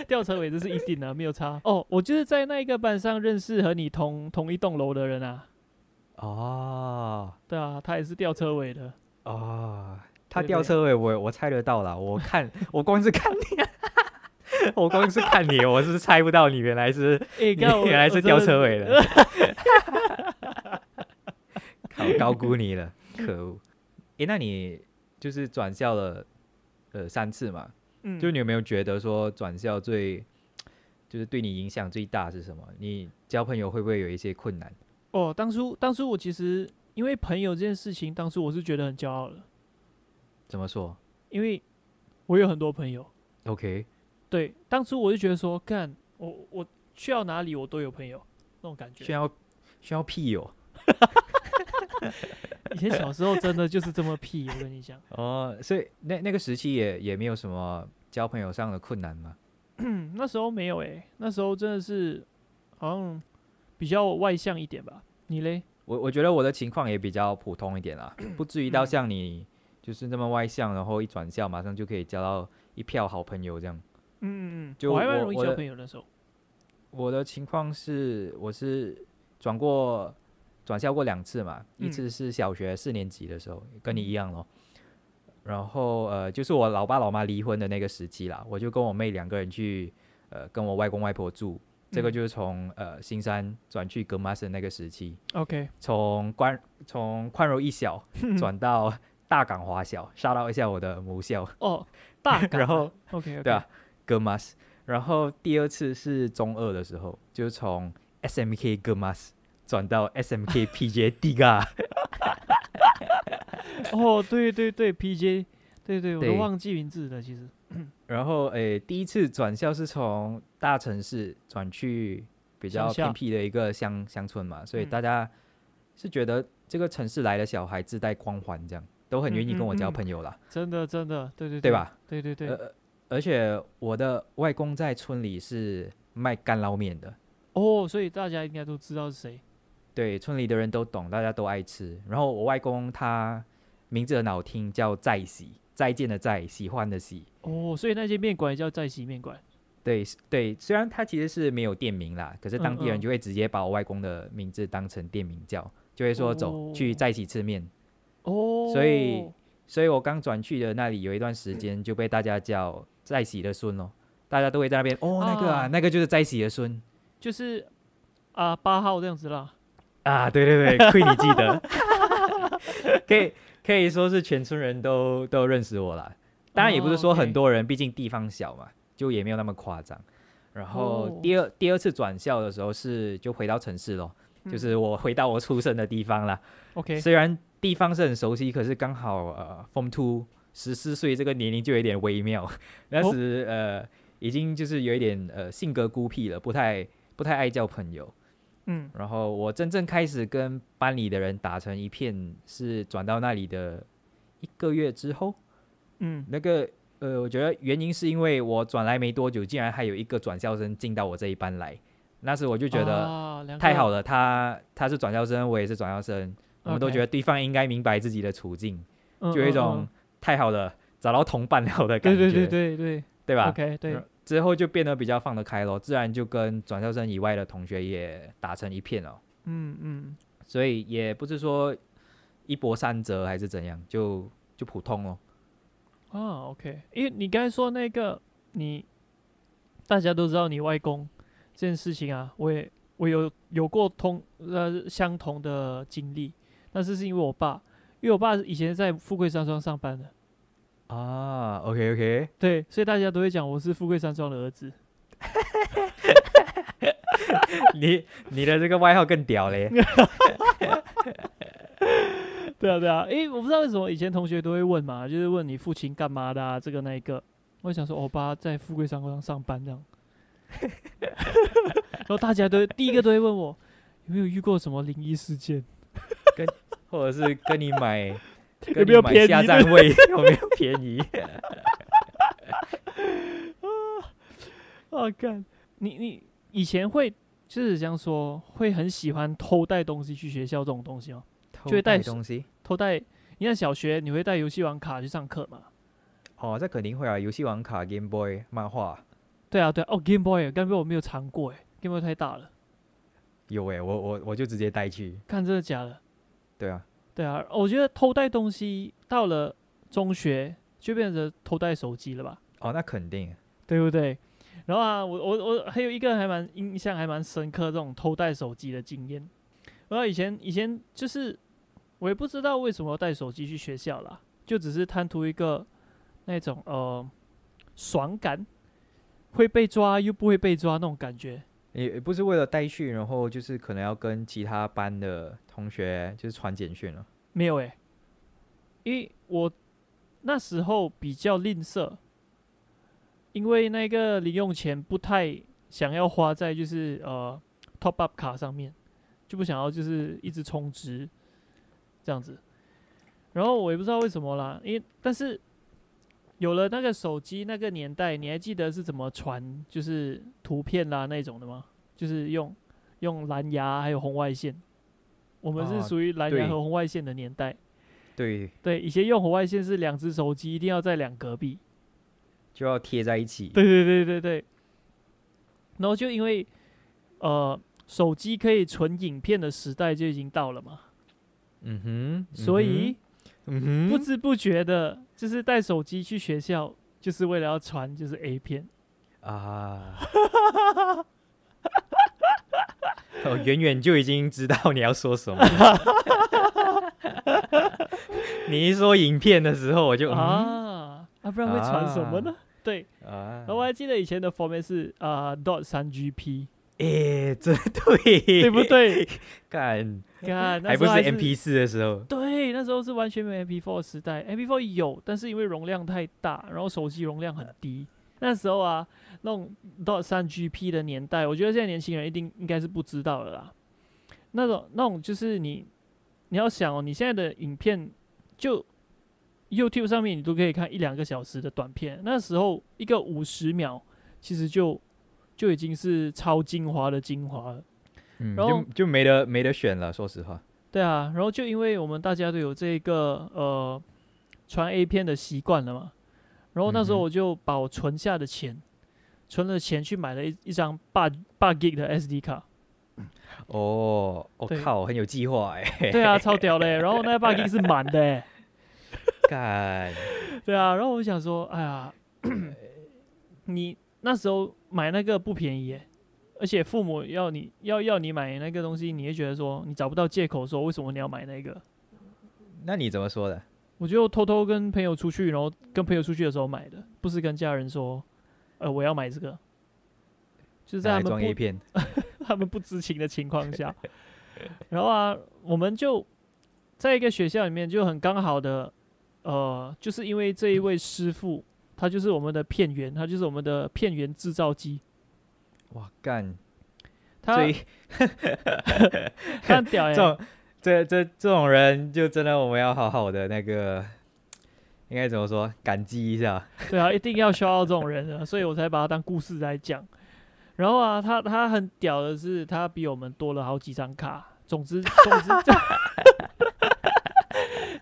吊车尾这是一定的、没有差。哦，我就是在那一个班上认识和你同同一栋楼的人啊，
哦
对啊，他也是吊车尾的。
哦，他
对
吊
对
车尾我我猜得到啦，我看 [laughs] 我光是看你， [laughs] 我光是看你，我是猜不到你原来是
诶，
你
刚好我
[laughs] 原来是吊车，尾
我真
的，靠， [laughs] 高估你了，可恶！诶，那你就是转校了，呃，三次嘛？
嗯
就你有没有觉得说转校最，就是对你影响最大是什么？你交朋友会不会有一些困难？
哦，当初当初我其实因为朋友这件事情，当初我是觉得很骄傲的，
怎么说
因为我有很多朋友。
？OK，
对，当初我就觉得说，干我我去到哪里我都有朋友那种感
需
觉。
要需要屁哦友
以前小时候真的就是这么屁，我跟你讲，
哦，所以那那个时期也也没有什么交朋友上的困难嘛？
嗯，那时候没有诶、那时候真的是好像比较外向一点吧。你嘞？
我我觉得我的情况也比较普通一点啦，不至于到
嗯
像你就是那么外向，然后一转校马上就可以交到一票好朋友这样。
嗯嗯嗯，
就
我还蛮
我
容易
我
交
的
朋友的时候。
我的情况是，我是转过转校过两次嘛，一
嗯
次是小学四年级的时候，跟你一样咯。然后呃，就是我老爸老妈离婚的那个时期啦，我就跟我妹两个人去呃跟我外公外婆住。这个
嗯
就是从呃新山转去格马森那个时期，
OK，
从宽从宽柔
[laughs]
一小转到大港华小，杀到一下我的母校 [laughs]
哦，大 [laughs] 港啊，
然后
OK，
对啊，格马斯。然后第二次是中二的时候，就从 SMK 格马斯转到
[laughs]
SMK PJ d 嘎。
哦，对对对，PJ，对对，我都
对
忘记名字了，其实。
然后诶，第一次转校是从大城市转去比较
乡下
偏僻的一个乡乡村嘛，所以
嗯
大家是觉得这个城市来的小孩自带光环这样。都很愿意
嗯
跟我
嗯
交
嗯
朋友啦，
真的真的，对对
对？吧？
对对对，
呃，而且我的外公在村里是卖干捞面的，
哦，所以大家应该都知道是谁。
对，村里的人都懂，大家都爱吃。然后我外公他名字很好听，叫再喜，再见的再，喜欢的喜。
哦，所以那间面馆也叫在西面馆。
对是对，虽然他其实是没有店名啦，可是当地
嗯嗯
人就会直接把我外公的名字当成店名叫，就会说走去
哦
再喜吃面。
哦，
所以所以我刚转去的那里有一段时间就被大家叫在喜的孙咯，大家都会在那边哦那个啊
啊
那个就是在喜的孙
就是啊八号这样子啦。
啊，对对对，亏你记得， [laughs]
[laughs]
可以可以说是全村人都都认识我啦。当然也不是
哦
说很
，OK
多人，毕竟地方小嘛，就也没有那么夸张。然后
哦
第二第二次转校的时候是就回到城市咯，就
嗯
是我回到我出生的地方啦。
OK，
虽然地方是很熟悉，可是刚好呃，Form Two 十四岁这个年龄就有点微妙， [laughs] 那
哦
时、呃已经就是有一点呃性格孤僻了，不太不太爱交朋友。
嗯，
然后我真正开始跟班里的人打成一片，是转到那里的一个月之后。
嗯，
那个呃，我觉得原因是因为我转来没多久，竟然还有一个转校生进到我这一班来，那时我就觉得
得
太好了，他他是转校生，我也是转校生，我们都
OK
觉得对方应该明白自己的处境，
了，
就有
嗯
一
嗯
种
嗯
太好了，找到同伴了的感
对
觉，
对对对对
对吧？
，OK，对
呃，之后就变得比较放得开咯，自然就跟转校生以外的同学也打成一片了。
嗯嗯，
所以也不是说一波三折还是怎样，就就普通咯。
啊，OK，因为你刚才说那个你，大家都知道你外公这件事情啊，我也我有有过同呃相同的经历，但是是因为我爸，因为我爸以前在富贵山庄上班的，
啊，OK OK，
对，所以大家都会讲我是富贵山庄的儿子。 [laughs]
你你的这个外号更屌嘞，
对啊对啊，因为我不知道为什么以前同学都会问嘛，就是问你父亲干嘛的、啊，这个那一个。我想说，我爸在富贵商上上班这样， [laughs] 然后大家都第一个都会问我有没有遇过什么灵异事件，
或者是跟你
[laughs]
买
有
跟
没
你
有
买
便
下
宜
站
的？
位 [laughs] 有没有便宜？
啊，干，你你以前会就是这样说，会很喜欢偷带东西去学校这种东西吗？
偷
就会带
东西
偷带，你看小学你会带游戏王卡去上课嘛？
哦，这肯定会啊，游戏王卡、Game Boy、漫画
对啊对啊，哦 Game Boy，Game Boy 我没有尝过诶 g a m e Boy 太大了，
有诶，我我我就直接带去，
看真的假的？
对啊，
对啊，我觉得偷带东西到了中学就变成偷带手机了吧，
哦，那肯定
对不对？然后啊，我我我还有一个还蛮印象还蛮深刻这种偷带手机的经验。然后以前以前就是我也不知道为什么要带手机去学校啦，就只是贪图一个那种呃爽感，会被抓又不会被抓那种感觉。
也也不是为了带去，然后就是可能要跟其他班的同学就是传简讯了。
没有诶、欸因为我那时候比较吝啬，因为那个零用钱不太想要花在就是呃 top up 卡上面，就不想要就是一直充值这样子。然后我也不知道为什么啦，因为但是有了那个手机那个年代，你还记得是怎么传就是图片啦那种的吗？就是用用蓝牙还有红外线，我们
啊
是属于蓝牙
对
和红外线的年代。
对，
对，以前用红外线是两只手机一定要在两隔壁。
就要贴在一起。
对对对对对。然后就因为呃手机可以存影片的时代就已经到了嘛，
嗯哼，嗯
所
哼
以
嗯
不
哼，
知不觉的，就是带手机去学校，就是为了要传就是 A 片。
啊，我哦远远就已经知道你要说什
[laughs]
么了。你一说影片的时候，我就嗯
啊，啊，不然会传什么呢？对，
啊
然后我还记得以前的 format 是啊、dot 三
[laughs]
GP，
嗯诶，这对
对不？对？
干，
看，那
还
时
不
候
是
还
MP 四的时候
对，那时候是完全没有 MP4 的时代，MP4 有，但是因为容量太大，然后手机容量很低。那时候啊，那种到三 GP 的年代，我觉得现在年轻人一定应该是不知道的啦。那种那种就是你，你要想哦，你现在的影片就 YouTube 上面你都可以看一两个小时的短片，那时候一个五十秒其实就就已经是超精华的精华了。
嗯，
然后
就就没得没得选了，说实话，
对啊，然后就因为我们大家都有这个呃传 A 片的习惯了嘛，然后那时候
嗯哼
我就把我存下的钱，存了钱去买了一一张八八 G 的 SD 卡，
哦，我、
对
靠，很有计划哎、
对啊，超屌嘞！然后那八 G 是满的
[laughs]
欸，
干，
对啊，然后我想说，哎呀，你那时候买那个不便宜耶，而且父母要你要要你买那个东西，你会觉得说你找不到借口说为什么你要买那个，
那你怎么说的？
我就偷偷跟朋友出去，然后跟朋友出去的时候买的，不是跟家人说，呃，我要买这个，就是在
拿来
他
装
们
A
不
片，
[laughs] 他们不知情的情况
[laughs]
下，然后啊，我们就在一个学校里面就很刚好的，呃，就是因为这一位师傅，他就是我们的片源，他就是我们的片源制造机，
哇干，
他
最
他很
[laughs]
屌耶、
这种这这这种人，就真的我们要好好的那个，应该怎么说？感激一下。
[laughs] 对啊，一定要消耗这种人啊，所以我才把他当故事来讲。然后啊，他他很屌的是，他比我们多了好几张卡。总之，总之
[laughs]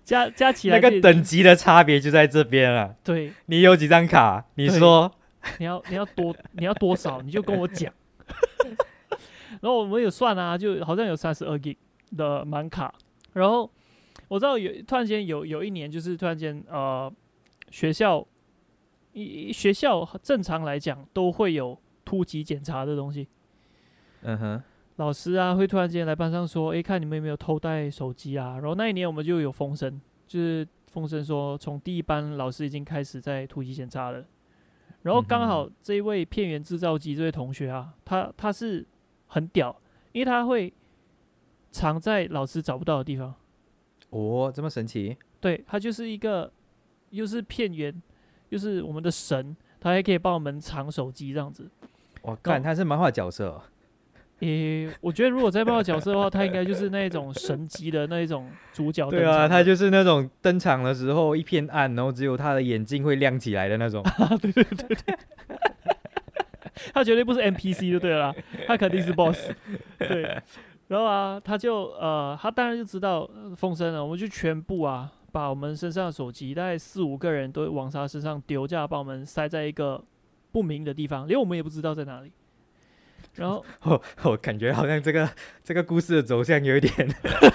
加加起来
那
就
个等级的差别就在这边了。
对，
你有几张卡？你
对
说
你要你要多你要多少，你就跟我讲。然后我们有算啊，就好像有三十二 G 的满卡。然后我知道有突然间有有一年，就是突然间呃，学校一学校正常来讲都会有突击检查的东西，
嗯哼，
老师啊会突然间来班上说，诶，看你们有没有偷带手机啊。然后那一年我们就有风声，就是风声说从第一班老师已经开始在突击检查了。然后刚好这一位片源制造机这位同学啊，他他是很屌，因为他会藏在老师找不到的地方。
哦，这么神奇？
对他就是一个又是片源，又是我们的神，他还可以帮我们藏手机这样子。
哇
哦
干，他是漫画角色哦、
诶、我觉得如果再漫画角色的话，他应该就是那一种神级的那一种主角哦登
对
场。
啊，他就是那种登场的时候一片暗，然后只有他的眼睛会亮起来的那种。 [laughs]
他绝对不是 NPC 就对了啦，他肯定是 BOSS。对， [laughs] 然后啊，他就呃，他当然就知道呃风声了，我们就全部啊，把我们身上的手机，大概四五个人都往他身上丢，这样把我们塞在一个不明的地方，连我们也不知道在哪里。然后
我我哦感觉好像这个这个故事的走向有一点，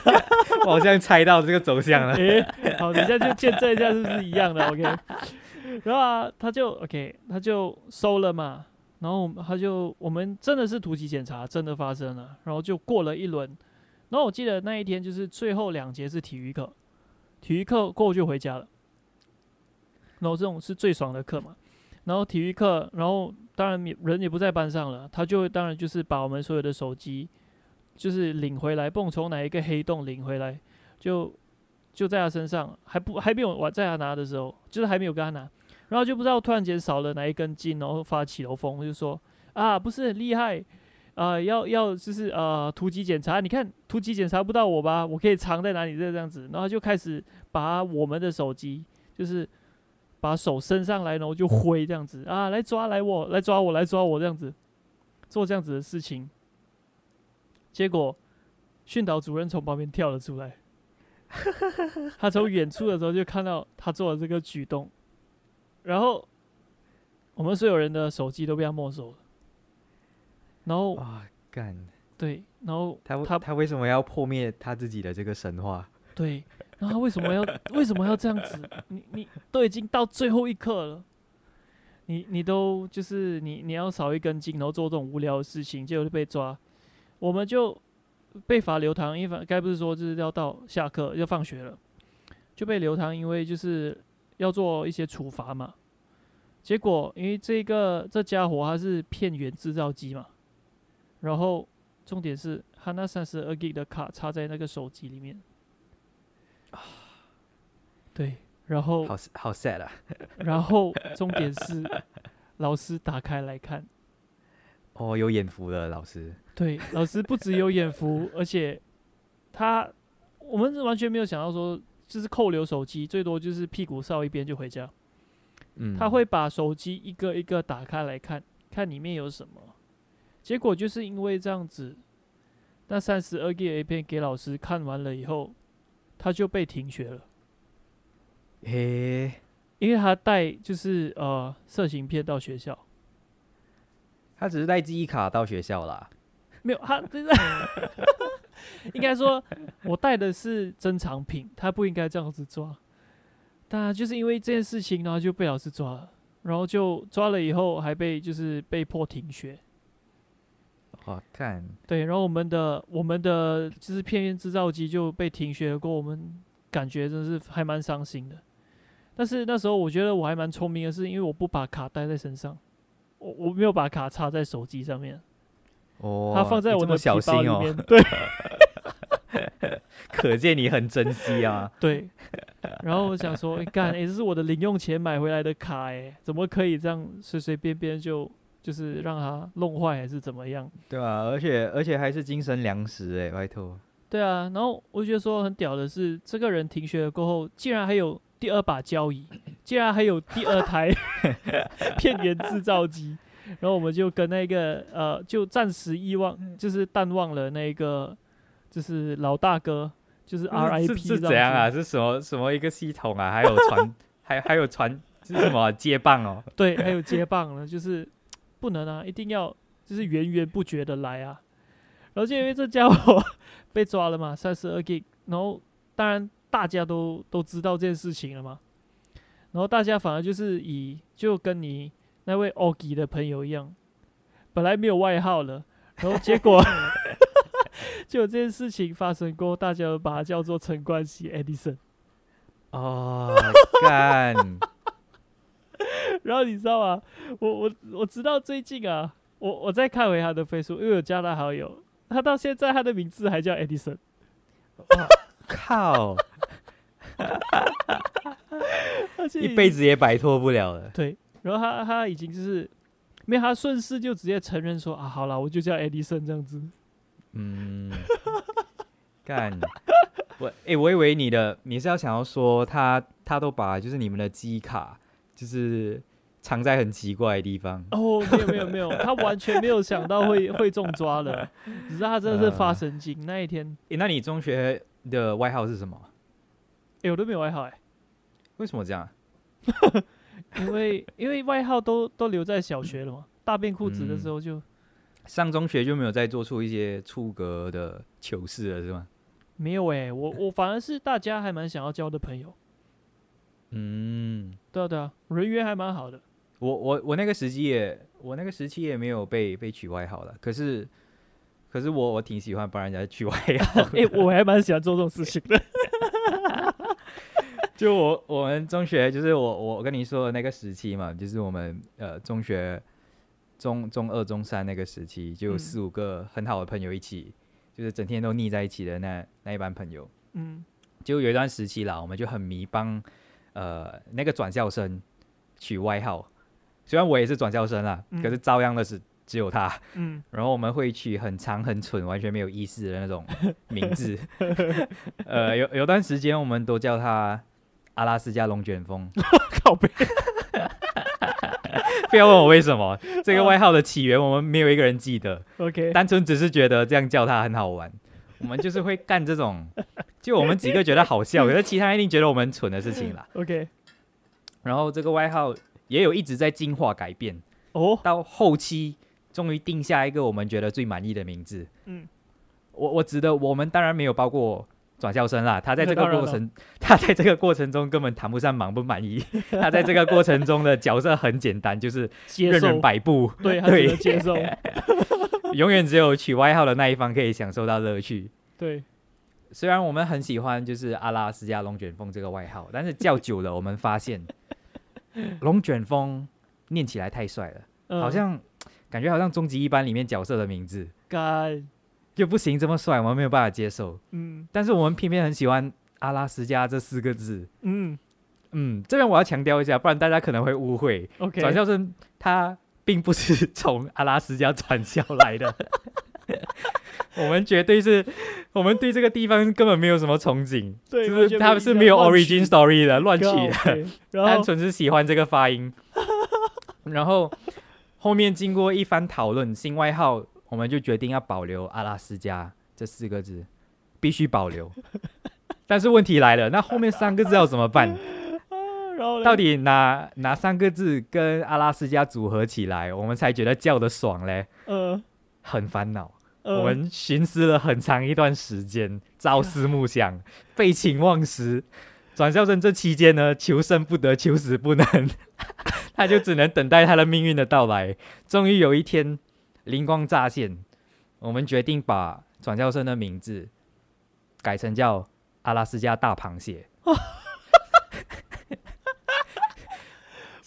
[laughs] 我好像猜到这个走向了。
诶、好，等一下就见证一下是不是一样的，OK？然后啊，他就 OK，他就收了嘛，然后我们他就我们真的是突击检查，真的发生了，然后就过了一轮，然后我记得那一天就是最后两节是体育课，体育课过后就回家了，然后这种是最爽的课嘛，然后体育课，然后当然也人也不在班上了，他就当然就是把我们所有的手机就是领回来，蹦从哪一个黑洞领回来，就就在他身上，还不还没有我在他拿的时候，就是还没有跟他拿，然后就不知道突然间少了哪一根筋，然后发起头风，就说啊不是很厉害，啊、要要就是呃突击检查，你看突击检查不到我吧，我可以藏在哪里这这样子，然后他就开始把我们的手机就是。把手伸上来，然后就挥这样子啊，来抓来我，来抓我，来抓我这样子，做这样子的事情。结果训导主任从旁边跳了出来，他从远处的时候就看到他做了这个举动，然后我们所有人的手机都被他没收了。然后
哇干，
对，然后
他
他
他为什么要破灭他自己的这个神话？
对，然后他为什么要为什么要这样子？你你 [laughs] 都已经到最后一刻了，你你都就是你你要少一根筋，然后做这种无聊的事情，结果就被抓，我们就被罚留堂，因为该不是说就是要到下课要放学了，就被留堂，因为就是要做一些处罚嘛。结果因为这个这家伙他是片源制造机嘛，然后重点是他那三十二 G 的卡插在那个手机里面，对，然后
好好 sad 啊！
然后重点是老师打开来看，
哦，有眼福了，老师。
对，老师不只有眼福，而且他我们是完全没有想到说就是扣留手机，最多就是屁股扫一边就回家。
嗯，
他会把手机一个一个打开来看，看里面有什么。结果就是因为这样子，那三十二 G A 片给老师看完了以后，他就被停学了，
诶，
因为他带就是呃色情片到学校，
他只是带记忆卡到学校啦。
没有他真的。应该说，我带的是珍藏品，他不应该这样子抓。但就是因为这件事情，然后就被老师抓了，然后就抓了以后还被就是被迫停学。
哦，看，
对，然后我们的我们的就是片源制造机就被停学过，我们感觉真是还蛮伤心的。但是那时候我觉得我还蛮聪明的，是因为我不把卡带在身上，我我没有把卡插在手机上面，
哦，
它放在
你
我
这
的
么
皮
小心
包里
哦
面。，对
可见你很珍惜啊。
对。然后我想说，诶干，诶，这是我的零用钱买回来的卡，诶，怎么可以这样随随便便就就是让它弄坏还是怎么样？
对啊，而且而且还是精神粮食哎、拜托。
对啊，然后我觉得说很屌的是，这个人停学了过后，竟然还有第二把交椅，竟然还有第二台 [laughs] 片源制造机，然后我们就跟那个呃，就暂时遗忘，
嗯
就是淡忘了那个，就是老大哥，就是 RIP
嗯是
这子
是怎样啊？？是什么什么一个系统啊？还有传，还还有传是什么啊接
[laughs]
棒哦？ [laughs]
对，还有接棒了，就是不能啊，一定要就是源源不绝的来啊。然后就因为这家伙被抓了嘛，三十二 G，然后当然大家都都知道这件事情了嘛，然后大家反而就是以就跟你那位 OG 的朋友一样，本来没有外号了，然后结果。 [laughs] 就有这件事情发生过，大家都把他叫做陈冠希 Edison。
哦，干，
然后你知道吗？我我我直到最近啊，我我再看回他的 Facebook，因为我加他好友，他到现在他的名字还叫 Edison， [laughs]
靠，
而且
一辈子也摆脱不了了。
对。然后他他已经就是，没有他顺势就直接承认说啊，好啦，我就叫 Edison 这样子。
嗯，干，我哎、诶我以为你的你是要想要说他他都把就是你们的机卡就是藏在很奇怪的地方。
哦，没有没有没有，他完全没有想到会会中抓的，只是他真的是发神经。那一天，
诶，那你中学的外号是什么？
哎，我都没有外号哎，
为什么这样？
因为因为外号都都留在小学了嘛，大便裤子的时候就。
上中学就没有再做出一些出格的糗事了，是吗？
没有诶、我我反而是大家还蛮想要交的朋友，
嗯，
对啊对啊，人缘还蛮好
[laughs]
的。
我我我那个时期也，我那个时期也没有被被取外号的，可是可是我我挺喜欢帮人家取外号的，
诶、哎我还蛮喜欢做这种事情
[laughs]
的。
就我我们中学就是我我跟你说的那个时期嘛，就是我们呃中学中中二中三那个时期，就有
嗯
四五个很好的朋友一起，就是整天都腻在一起的那那一班朋友，
嗯，
就有一段时期啦，我们就很迷帮呃那个转校生取外号，虽然我也是转校生啦，
嗯
可是遭殃的是只有他。
嗯，
然后我们会取很长很蠢、完全没有意思的那种名字。 [laughs] 呃，有有段时间我们都叫他阿拉斯加龙卷风，
靠背。
不要问我为什么这个外号的起源，我们没有一个人记得，
OK，
单纯只是觉得这样叫他很好玩。我们就是会干这种，就我们几个觉得好笑，可是其他人一定觉得我们很蠢的事情啦。
OK，
然后这个外号也有一直在进化改变，
哦，
到后期终于定下一个我们觉得最满意的名字。
嗯，
我我指的我们当然没有包括转校生啦，他在这
那当
个
然
过程， [laughs] 他在这个过程中根本谈不上满不
[laughs]
满意，他在这个过程中的角色很简单，就是
接
任
受
人，摆布，
对，他只
对
能接
[laughs]
受，
永远只有取外号的那一方可以享受到乐趣。
对，
虽然我们很喜欢就是阿拉斯加龙卷风这个外号，但是叫久了，我们
[laughs]
发现龙卷风念起来太帅了。
嗯
好像感觉好像终极一班里面角色的名字
干，
就不行，这么帅我们没有办法接受。
嗯
但是我们偏偏很喜欢阿拉斯加这四个字。
嗯
嗯，这边我要强调一下，不然大家可能会误会，
，OK，
转校生他并不是从阿拉斯加转校来的。 [laughs] 我们绝对是，我们对这个地方根本没有什么憧憬，
对
就
完全
是他们
没
是
印
没有
象乱
origin
取
story 的，乱取
靠
的。
北然
单
后
纯是喜欢这个发音。 [laughs] 然后后面经过一番讨论，新外号我们就决定要保留阿拉斯加这四个字，必须保留。但是问题来了，那后面三个字要怎么办？
然后嘞
到底哪哪三个字跟阿拉斯加组合起来，我们才觉得叫得爽嘞？
呃
很烦恼，
呃
我们寻思了很长一段时间，朝思
[laughs]
暮想，废寝忘食。转校生这期间呢，求生不得，求死不能， [laughs] 他就只能等待他的命运的到来。终于有一天，灵光乍现，我们决定把转校生的名字改成叫阿拉斯加大螃蟹。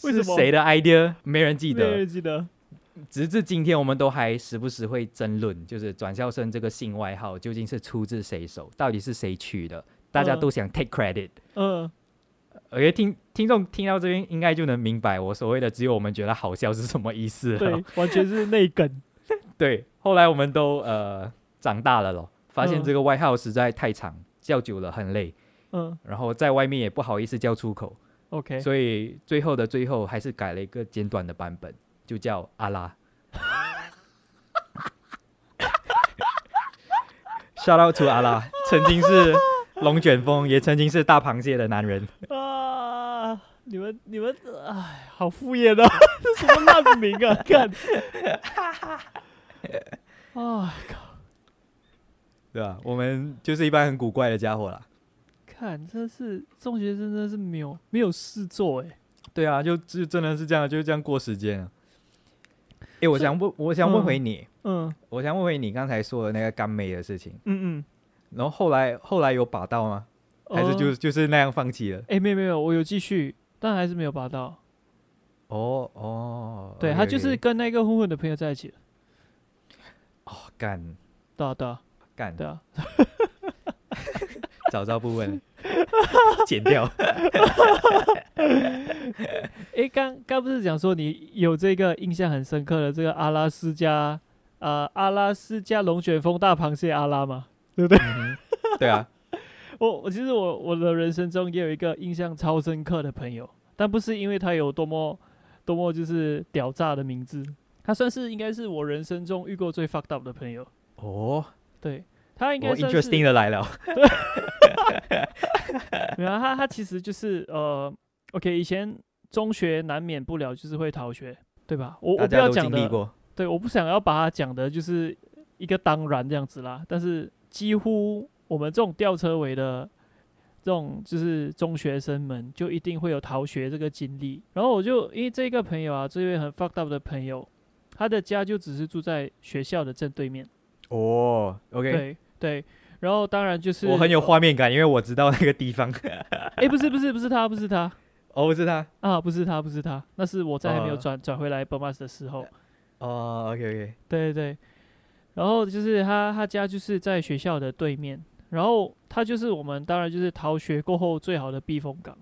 为什么
是谁的 idea？没人记
没
得。
人记得
直至今天，我们都还时不时会争论，就是转校生这个姓外号究竟是出自谁手，到底是谁取的？大家
嗯
都想 take credit。
嗯
我觉得听听众听到这边，应该就能明白我所谓的只有我们觉得好笑是什么意思了。
对完全是内梗
[laughs] 对，后来我们都呃长大了咯，发现
嗯
这个外号实在太长，叫久了很累，
嗯
然后在外面也不好意思叫出口，
OK
所以最后的最后还是改了一个简短的版本，就叫阿拉。Shout out to 阿拉，曾经是龙卷风，也曾经是大螃蟹的男人。
啊！你们你们哎，好敷衍啊！ [laughs] 这什么烂名 [laughs] 啊！看，啊，
对吧？我们就是一般很古怪的家伙啦。
看，真的是中学生真的是没有没有事做哎、
对啊，就就真的是这样，就是这样过时间啊。诶，我想问，我想问回你，
嗯
我想问回你刚才说的那个干妹的事情，
嗯嗯，
然后后来后来有把到吗？还是就、
哦
就是那样放弃了？
哎、没有没有，我有继续，但还是没有拔到。
哦哦，
对
OK，
他就是
OK
跟那个混混的朋友在一起了，
哦干
对啊对啊
干，
对啊，
早知道不问了， [laughs] 剪掉。
哎、刚刚不是讲说你有这个印象很深刻的这个阿拉斯加呃阿拉斯加龙卷风大螃蟹阿拉吗？
嗯哼对啊，
我我其实我我的人生中也有一个印象超深刻的朋友，但不是因为他有多么多么就是屌炸的名字，他算是应该是我人生中遇过最 fucked up 的朋友。
[laughs] 哦，
对他应该
我
算
哦 interesting 啊的来了，
没有啊他他其实就是呃，OK，以前中学难免不了就是会逃学，对吧？我
大
我不
家
要
都
讲
经历
的，
过。
对，我不想要把它讲的就是一个当然这样子啦，但是几乎我们这种吊车尾的这种就是中学生们，就一定会有逃学这个经历。然后我就因为这个朋友啊，这位很 fucked up 的朋友，他的家就只是住在学校的正对面，
哦，OK，
对对。然后当然就是
我很有画面感，因为我知道那个地方。
哎，不是不是不是他，不是他，
哦，我知道。
啊，不是他，不是他，那是我在还没有
哦
转转、回来 Burmas 的时候，
哦，OK OK，
对对对。然后就是他他家就是在学校的对面，然后他就是我们当然就是逃学过后最好的避风港。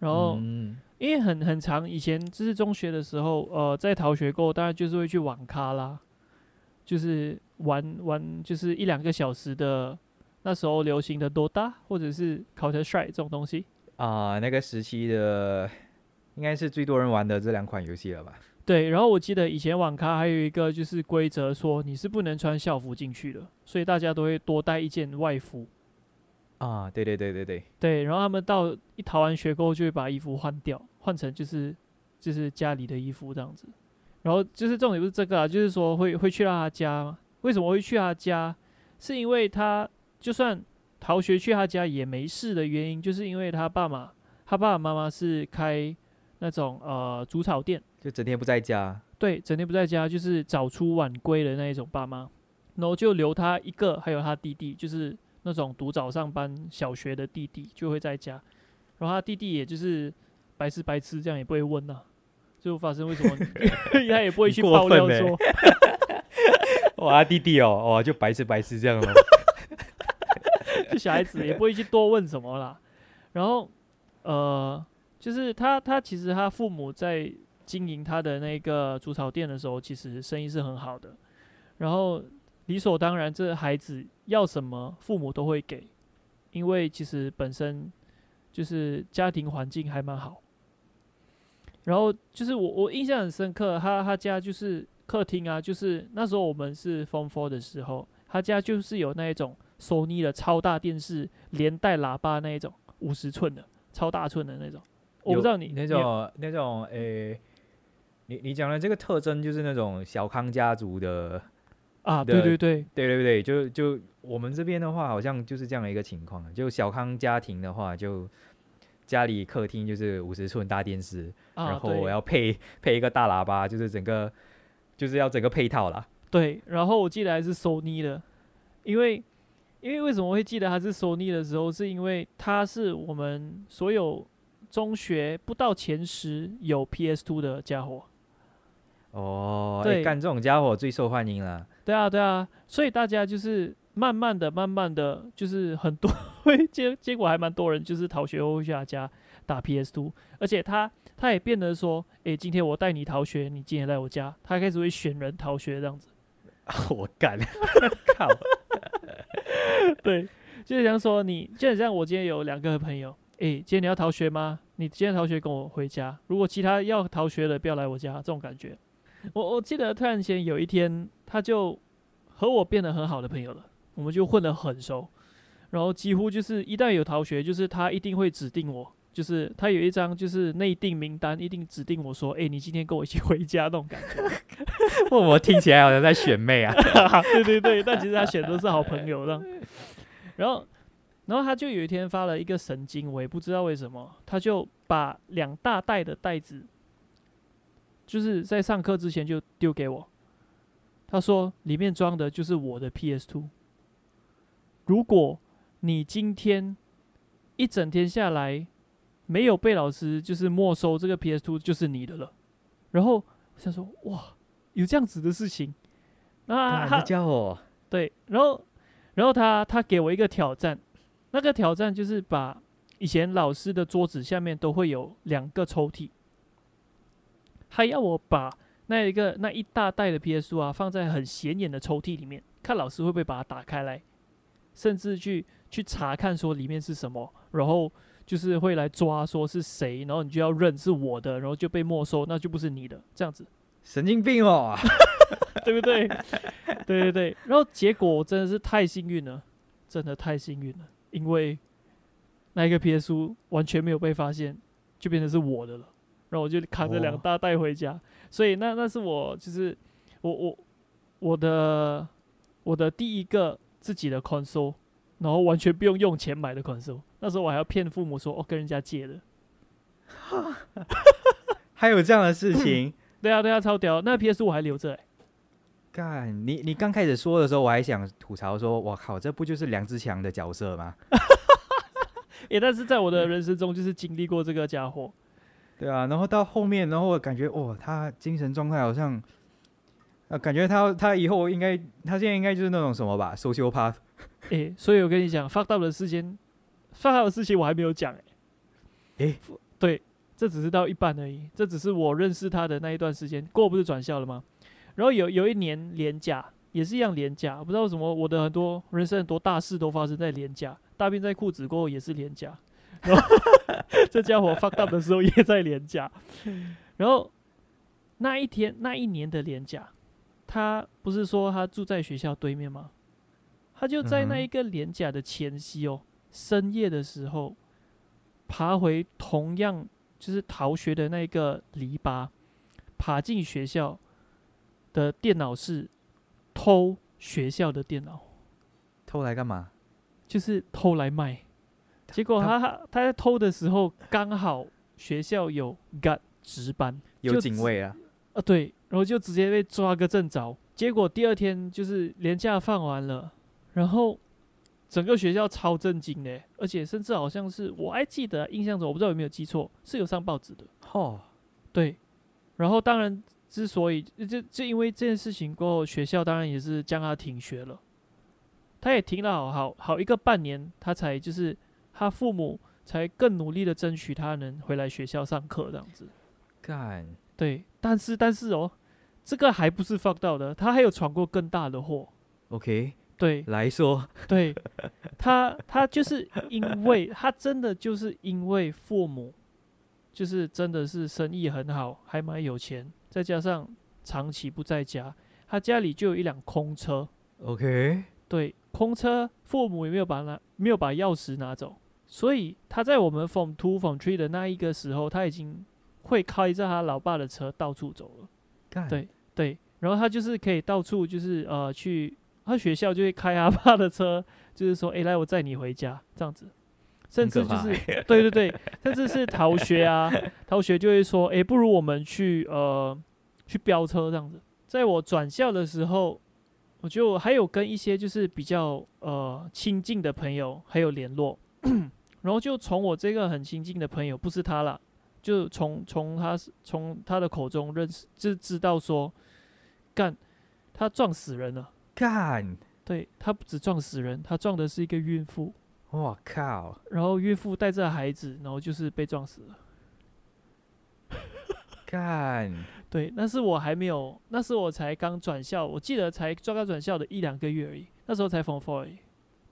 然后、
嗯
因为很很长，以前就是中学的时候，呃，在逃学过后，当然就是会去网咖啦，就是玩玩就是一两个小时的，那时候流行的 DOTA 或者是 Counter Strike 这种东西。
啊，那个时期的应该是最多人玩的这两款游戏了吧？
对，然后我记得以前网咖还有一个就是规则说你是不能穿校服进去的，所以大家都会多带一件外服。
啊，对对对对对，
对，然后他们到一逃完学过后就会把衣服换掉，换成就是就是家里的衣服这样子。然后就是重点不是这个啊，就是说会会去到他家吗？为什么会去他家？是因为他就算逃学去他家也没事的原因，就是因为他爸妈他爸爸妈妈是开那种呃煮草店。
就整天不在家。
对，整天不在家，就是早出晚归的那一种爸妈，然后就留他一个，还有他弟弟，就是那种读早上班小学的弟弟就会在家，然后他弟弟也就是白吃白吃，这样也不会问呐、就发生为什么
[laughs]
他也不会
你
去
过
爆料
分欸
说，
哇，弟弟哦，哦，就白痴白痴这样哦。
就小孩子也不会去多问什么啦。然后，呃，就是他他其实他父母在经营他的那个煮草店的时候，其实生意是很好的。然后理所当然，这孩子要什么父母都会给，因为其实本身就是家庭环境还蛮好。然后就是我我印象很深刻，他他家就是客厅啊，就是那时候我们是 Form Four 的时候，他家就是有那一种索尼的超大电视，连带喇叭那一种，五十寸的超大寸的那种。我不知道你
那
你有
种那种诶、你你讲的这个特征就是那种小康家族的，
啊，
的
对对对，
对对对，就就我们这边的话，好像就是这样的一个情况。啊就小康家庭的话，就家里客厅就是五十寸大电视，
啊，
然后
对
我要配配一个大喇叭，就是整个就是要整个配套啦。
对，然后我记得还是索尼的，因为因为为什么会记得它是索尼的时候，是因为它是我们所有中学不到前十有 PS2 的家伙。
哦，哎
对
干这种家伙最受欢迎了。
对啊，对啊，所以大家就是慢慢的、慢慢的，就是很多 [laughs] 会结结果还蛮多人就是逃学欧下家打 PS Two，而且他他也变得说，诶，今天我带你逃学，你今天来我家，他开始会选人逃学这样子。
我 [laughs] 干，靠！
对， [laughs] 就是这样说你，就很像我今天有两个朋友，诶，今天你要逃学吗？你今天逃学跟我回家，如果其他要逃学的不要来我家，这种感觉。我我记得突然间有一天，他就和我变得很好的朋友了，我们就混得很熟，然后几乎就是一旦有逃学，就是他一定会指定我。就是他有一张就是内定名单，一定指定我说，诶，你今天跟我一起回家那种感觉。
我听起来好像在选妹啊。
对对对，但其实他选的是好朋友这样。然后，然后他就有一天发了一个神经，我也不知道为什么，他就把两大袋的袋子，就是在上课之前就丢给我。他说里面装的就是我的 PS Two。如果你今天一整天下来没有被老师就是没收这个 PS Two，就是你的了。然后我想说，哇，有这样子的事情。那
干
他
这家伙，
对，然后然后他他给我一个挑战，那个挑战就是把以前老师的桌子下面都会有两个抽屉，他要我把那一个那一大袋的 PS 啊放在很显眼的抽屉里面，看老师会不会把它打开来，甚至去去查看说里面是什么，然后。就是会来抓，说是谁，然后你就要认是我的，然后就被没收，那就不是你的，这样子。
神经病哦！
[laughs] 对不对？对对对。然后结果我真的是太幸运了，真的太幸运了，因为那一个 PS 五完全没有被发现，就变成是我的了。然后我就扛着两
哦
大袋回家，所以那那是我就是我我我的我的第一个自己的 console，然后完全不用用钱买的 console。那时候我还要骗父母说哦跟人家借的，
还有这样的事情。
对啊对啊超屌，那 PS 五还留着、欸。
干，你你刚开始说的时候，我还想吐槽说，我靠，这不就是梁志强的角色吗？
也、欸但是在我的人生中就是经历过这个家伙，
对啊，然后到后面，然后我感觉，哇，他精神状态好像，呃，感觉他他以后应该，他现在应该就是那种什么吧，social path。
[laughs] 诶，所以我跟你讲，fuck up 的事情，fuck up 的事情我还没有讲诶。
诶
对，这只是到一半而已，这只是我认识他的那一段时间。过不是转校了吗？然后有有一年连假也是一样连假，不知道为什么我的很多人生很多大事都发生在连假，大便在裤子过后也是连假，然后 [laughs] 这家伙 fuck up 的时候也在连假，然后那一天那一年的连假，他不是说他住在学校对面吗？他就在那
嗯哼
一个连假的前夕哦，深夜的时候，爬回同样就是逃学的那个篱笆，爬进学校的电脑室偷学校的电脑，
偷来干嘛？
就是偷来卖。结果
他
他他他在偷的时候，刚好学校有 g 值班
有
就
警
只
卫啊？
啊，对，然后就直接被抓个正着。结果第二天就是连假放完了，然后整个学校超震惊的，而且甚至好像是我还记得印象中，我不知道有没有记错，是有上报纸的。
哦，
对，然后当然，之所以就就因为这件事情过后，学校当然也是将他停学了。他也停了好好好一个半年，他才就是他父母才更努力的争取他能回来学校上课这样子。
干，
对，但是但是哦，这个还不是放到的，他还有闯过更大的祸。
OK，
对
来说，
对，他他就是因为他真的就是因为父母就是真的是生意很好，还蛮有钱，再加上长期不在家，他家里就有一辆空车，
OK，
对，空车父母也没有把拿没有把钥匙拿走，所以他在我们 from two from three 的那一个时候，他已经会开着他老爸的车到处走了。
干，
对对，然后他就是可以到处就是呃去他学校就会开他爸的车，就是说哎、来我载你回家这样子，甚
很可
至就
怕
是对对对，甚至是逃学啊，逃学就会说哎、不如我们去呃去飙车这样子。在我转校的时候，我就还有跟一些就是比较呃亲近的朋友还有联络，然后就从我这个很亲近的朋友，不是他啦，就从从他从他的口中认识，就知道说，干，他撞死人了。
干，
对他不止撞死人，他撞的是一个孕妇，
我靠，
然后孕妇带着孩子，然后就是被撞死了。
干，
对，那是我还没有，那是我才刚转校，我记得才刚刚转校的一两个月而已，那时候才 f o r four 而已。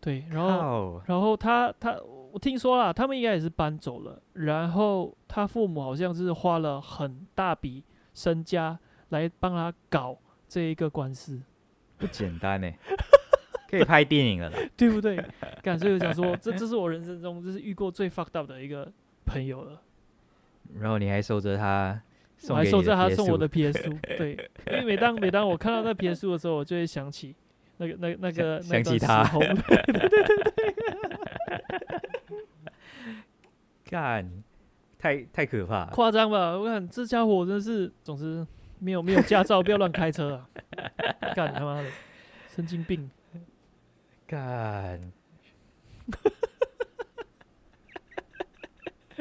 对，然后
靠，
然后他他我听说啦，他们应该也是搬走了，然后他父母好像是花了很大笔身家来帮他搞这一个官司，
不简
[laughs]
单呢，可以拍电影了啦。
对不对？感所以我想说，这这是我人生中就是遇过最 fucked up 的一个朋友了。
然后你还收着他，
我
送
还
给
收
你的
着他
PS
送我的 PS 书，对，因为每当每当我看到那 PS 书的时候，我就会想起那个那个那个
想
那
想起
段
他
时候 [laughs]
干，太太可怕了。
夸张吧？我看这家伙真是，总之没有没有驾照，不要乱开车啊！干他妈的，神经病！
干，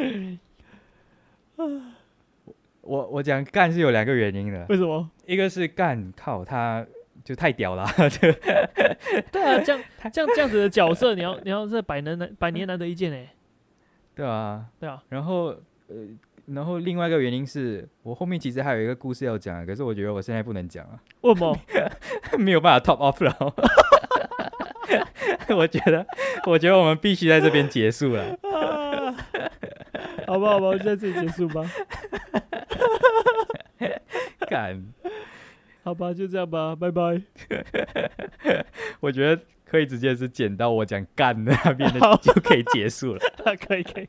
[laughs] 我我讲干是有两个原因的，
[laughs] 为什么？
一个是干靠他就太屌 [laughs] 了，啊这个
对啊，这样这样这样子的角色，你要你要是百能难百年难得一见哎、
对啊，
对啊，
然后呃，然后另外一个原因是我后面其实还有一个故事要讲，啊可是我觉得我现在不能讲啊， [laughs]
为什 [laughs] 么？
没有办法 top off 了。哦 [laughs] 我觉得，我觉得我们必须在这边结束了。
啊好吧，好吧，我就在这里结束吧。
干，
好吧，就这样吧，拜拜。
我觉得可以直接是剪到我讲干的那边的 [laughs] 就可以结束了。
可以可以。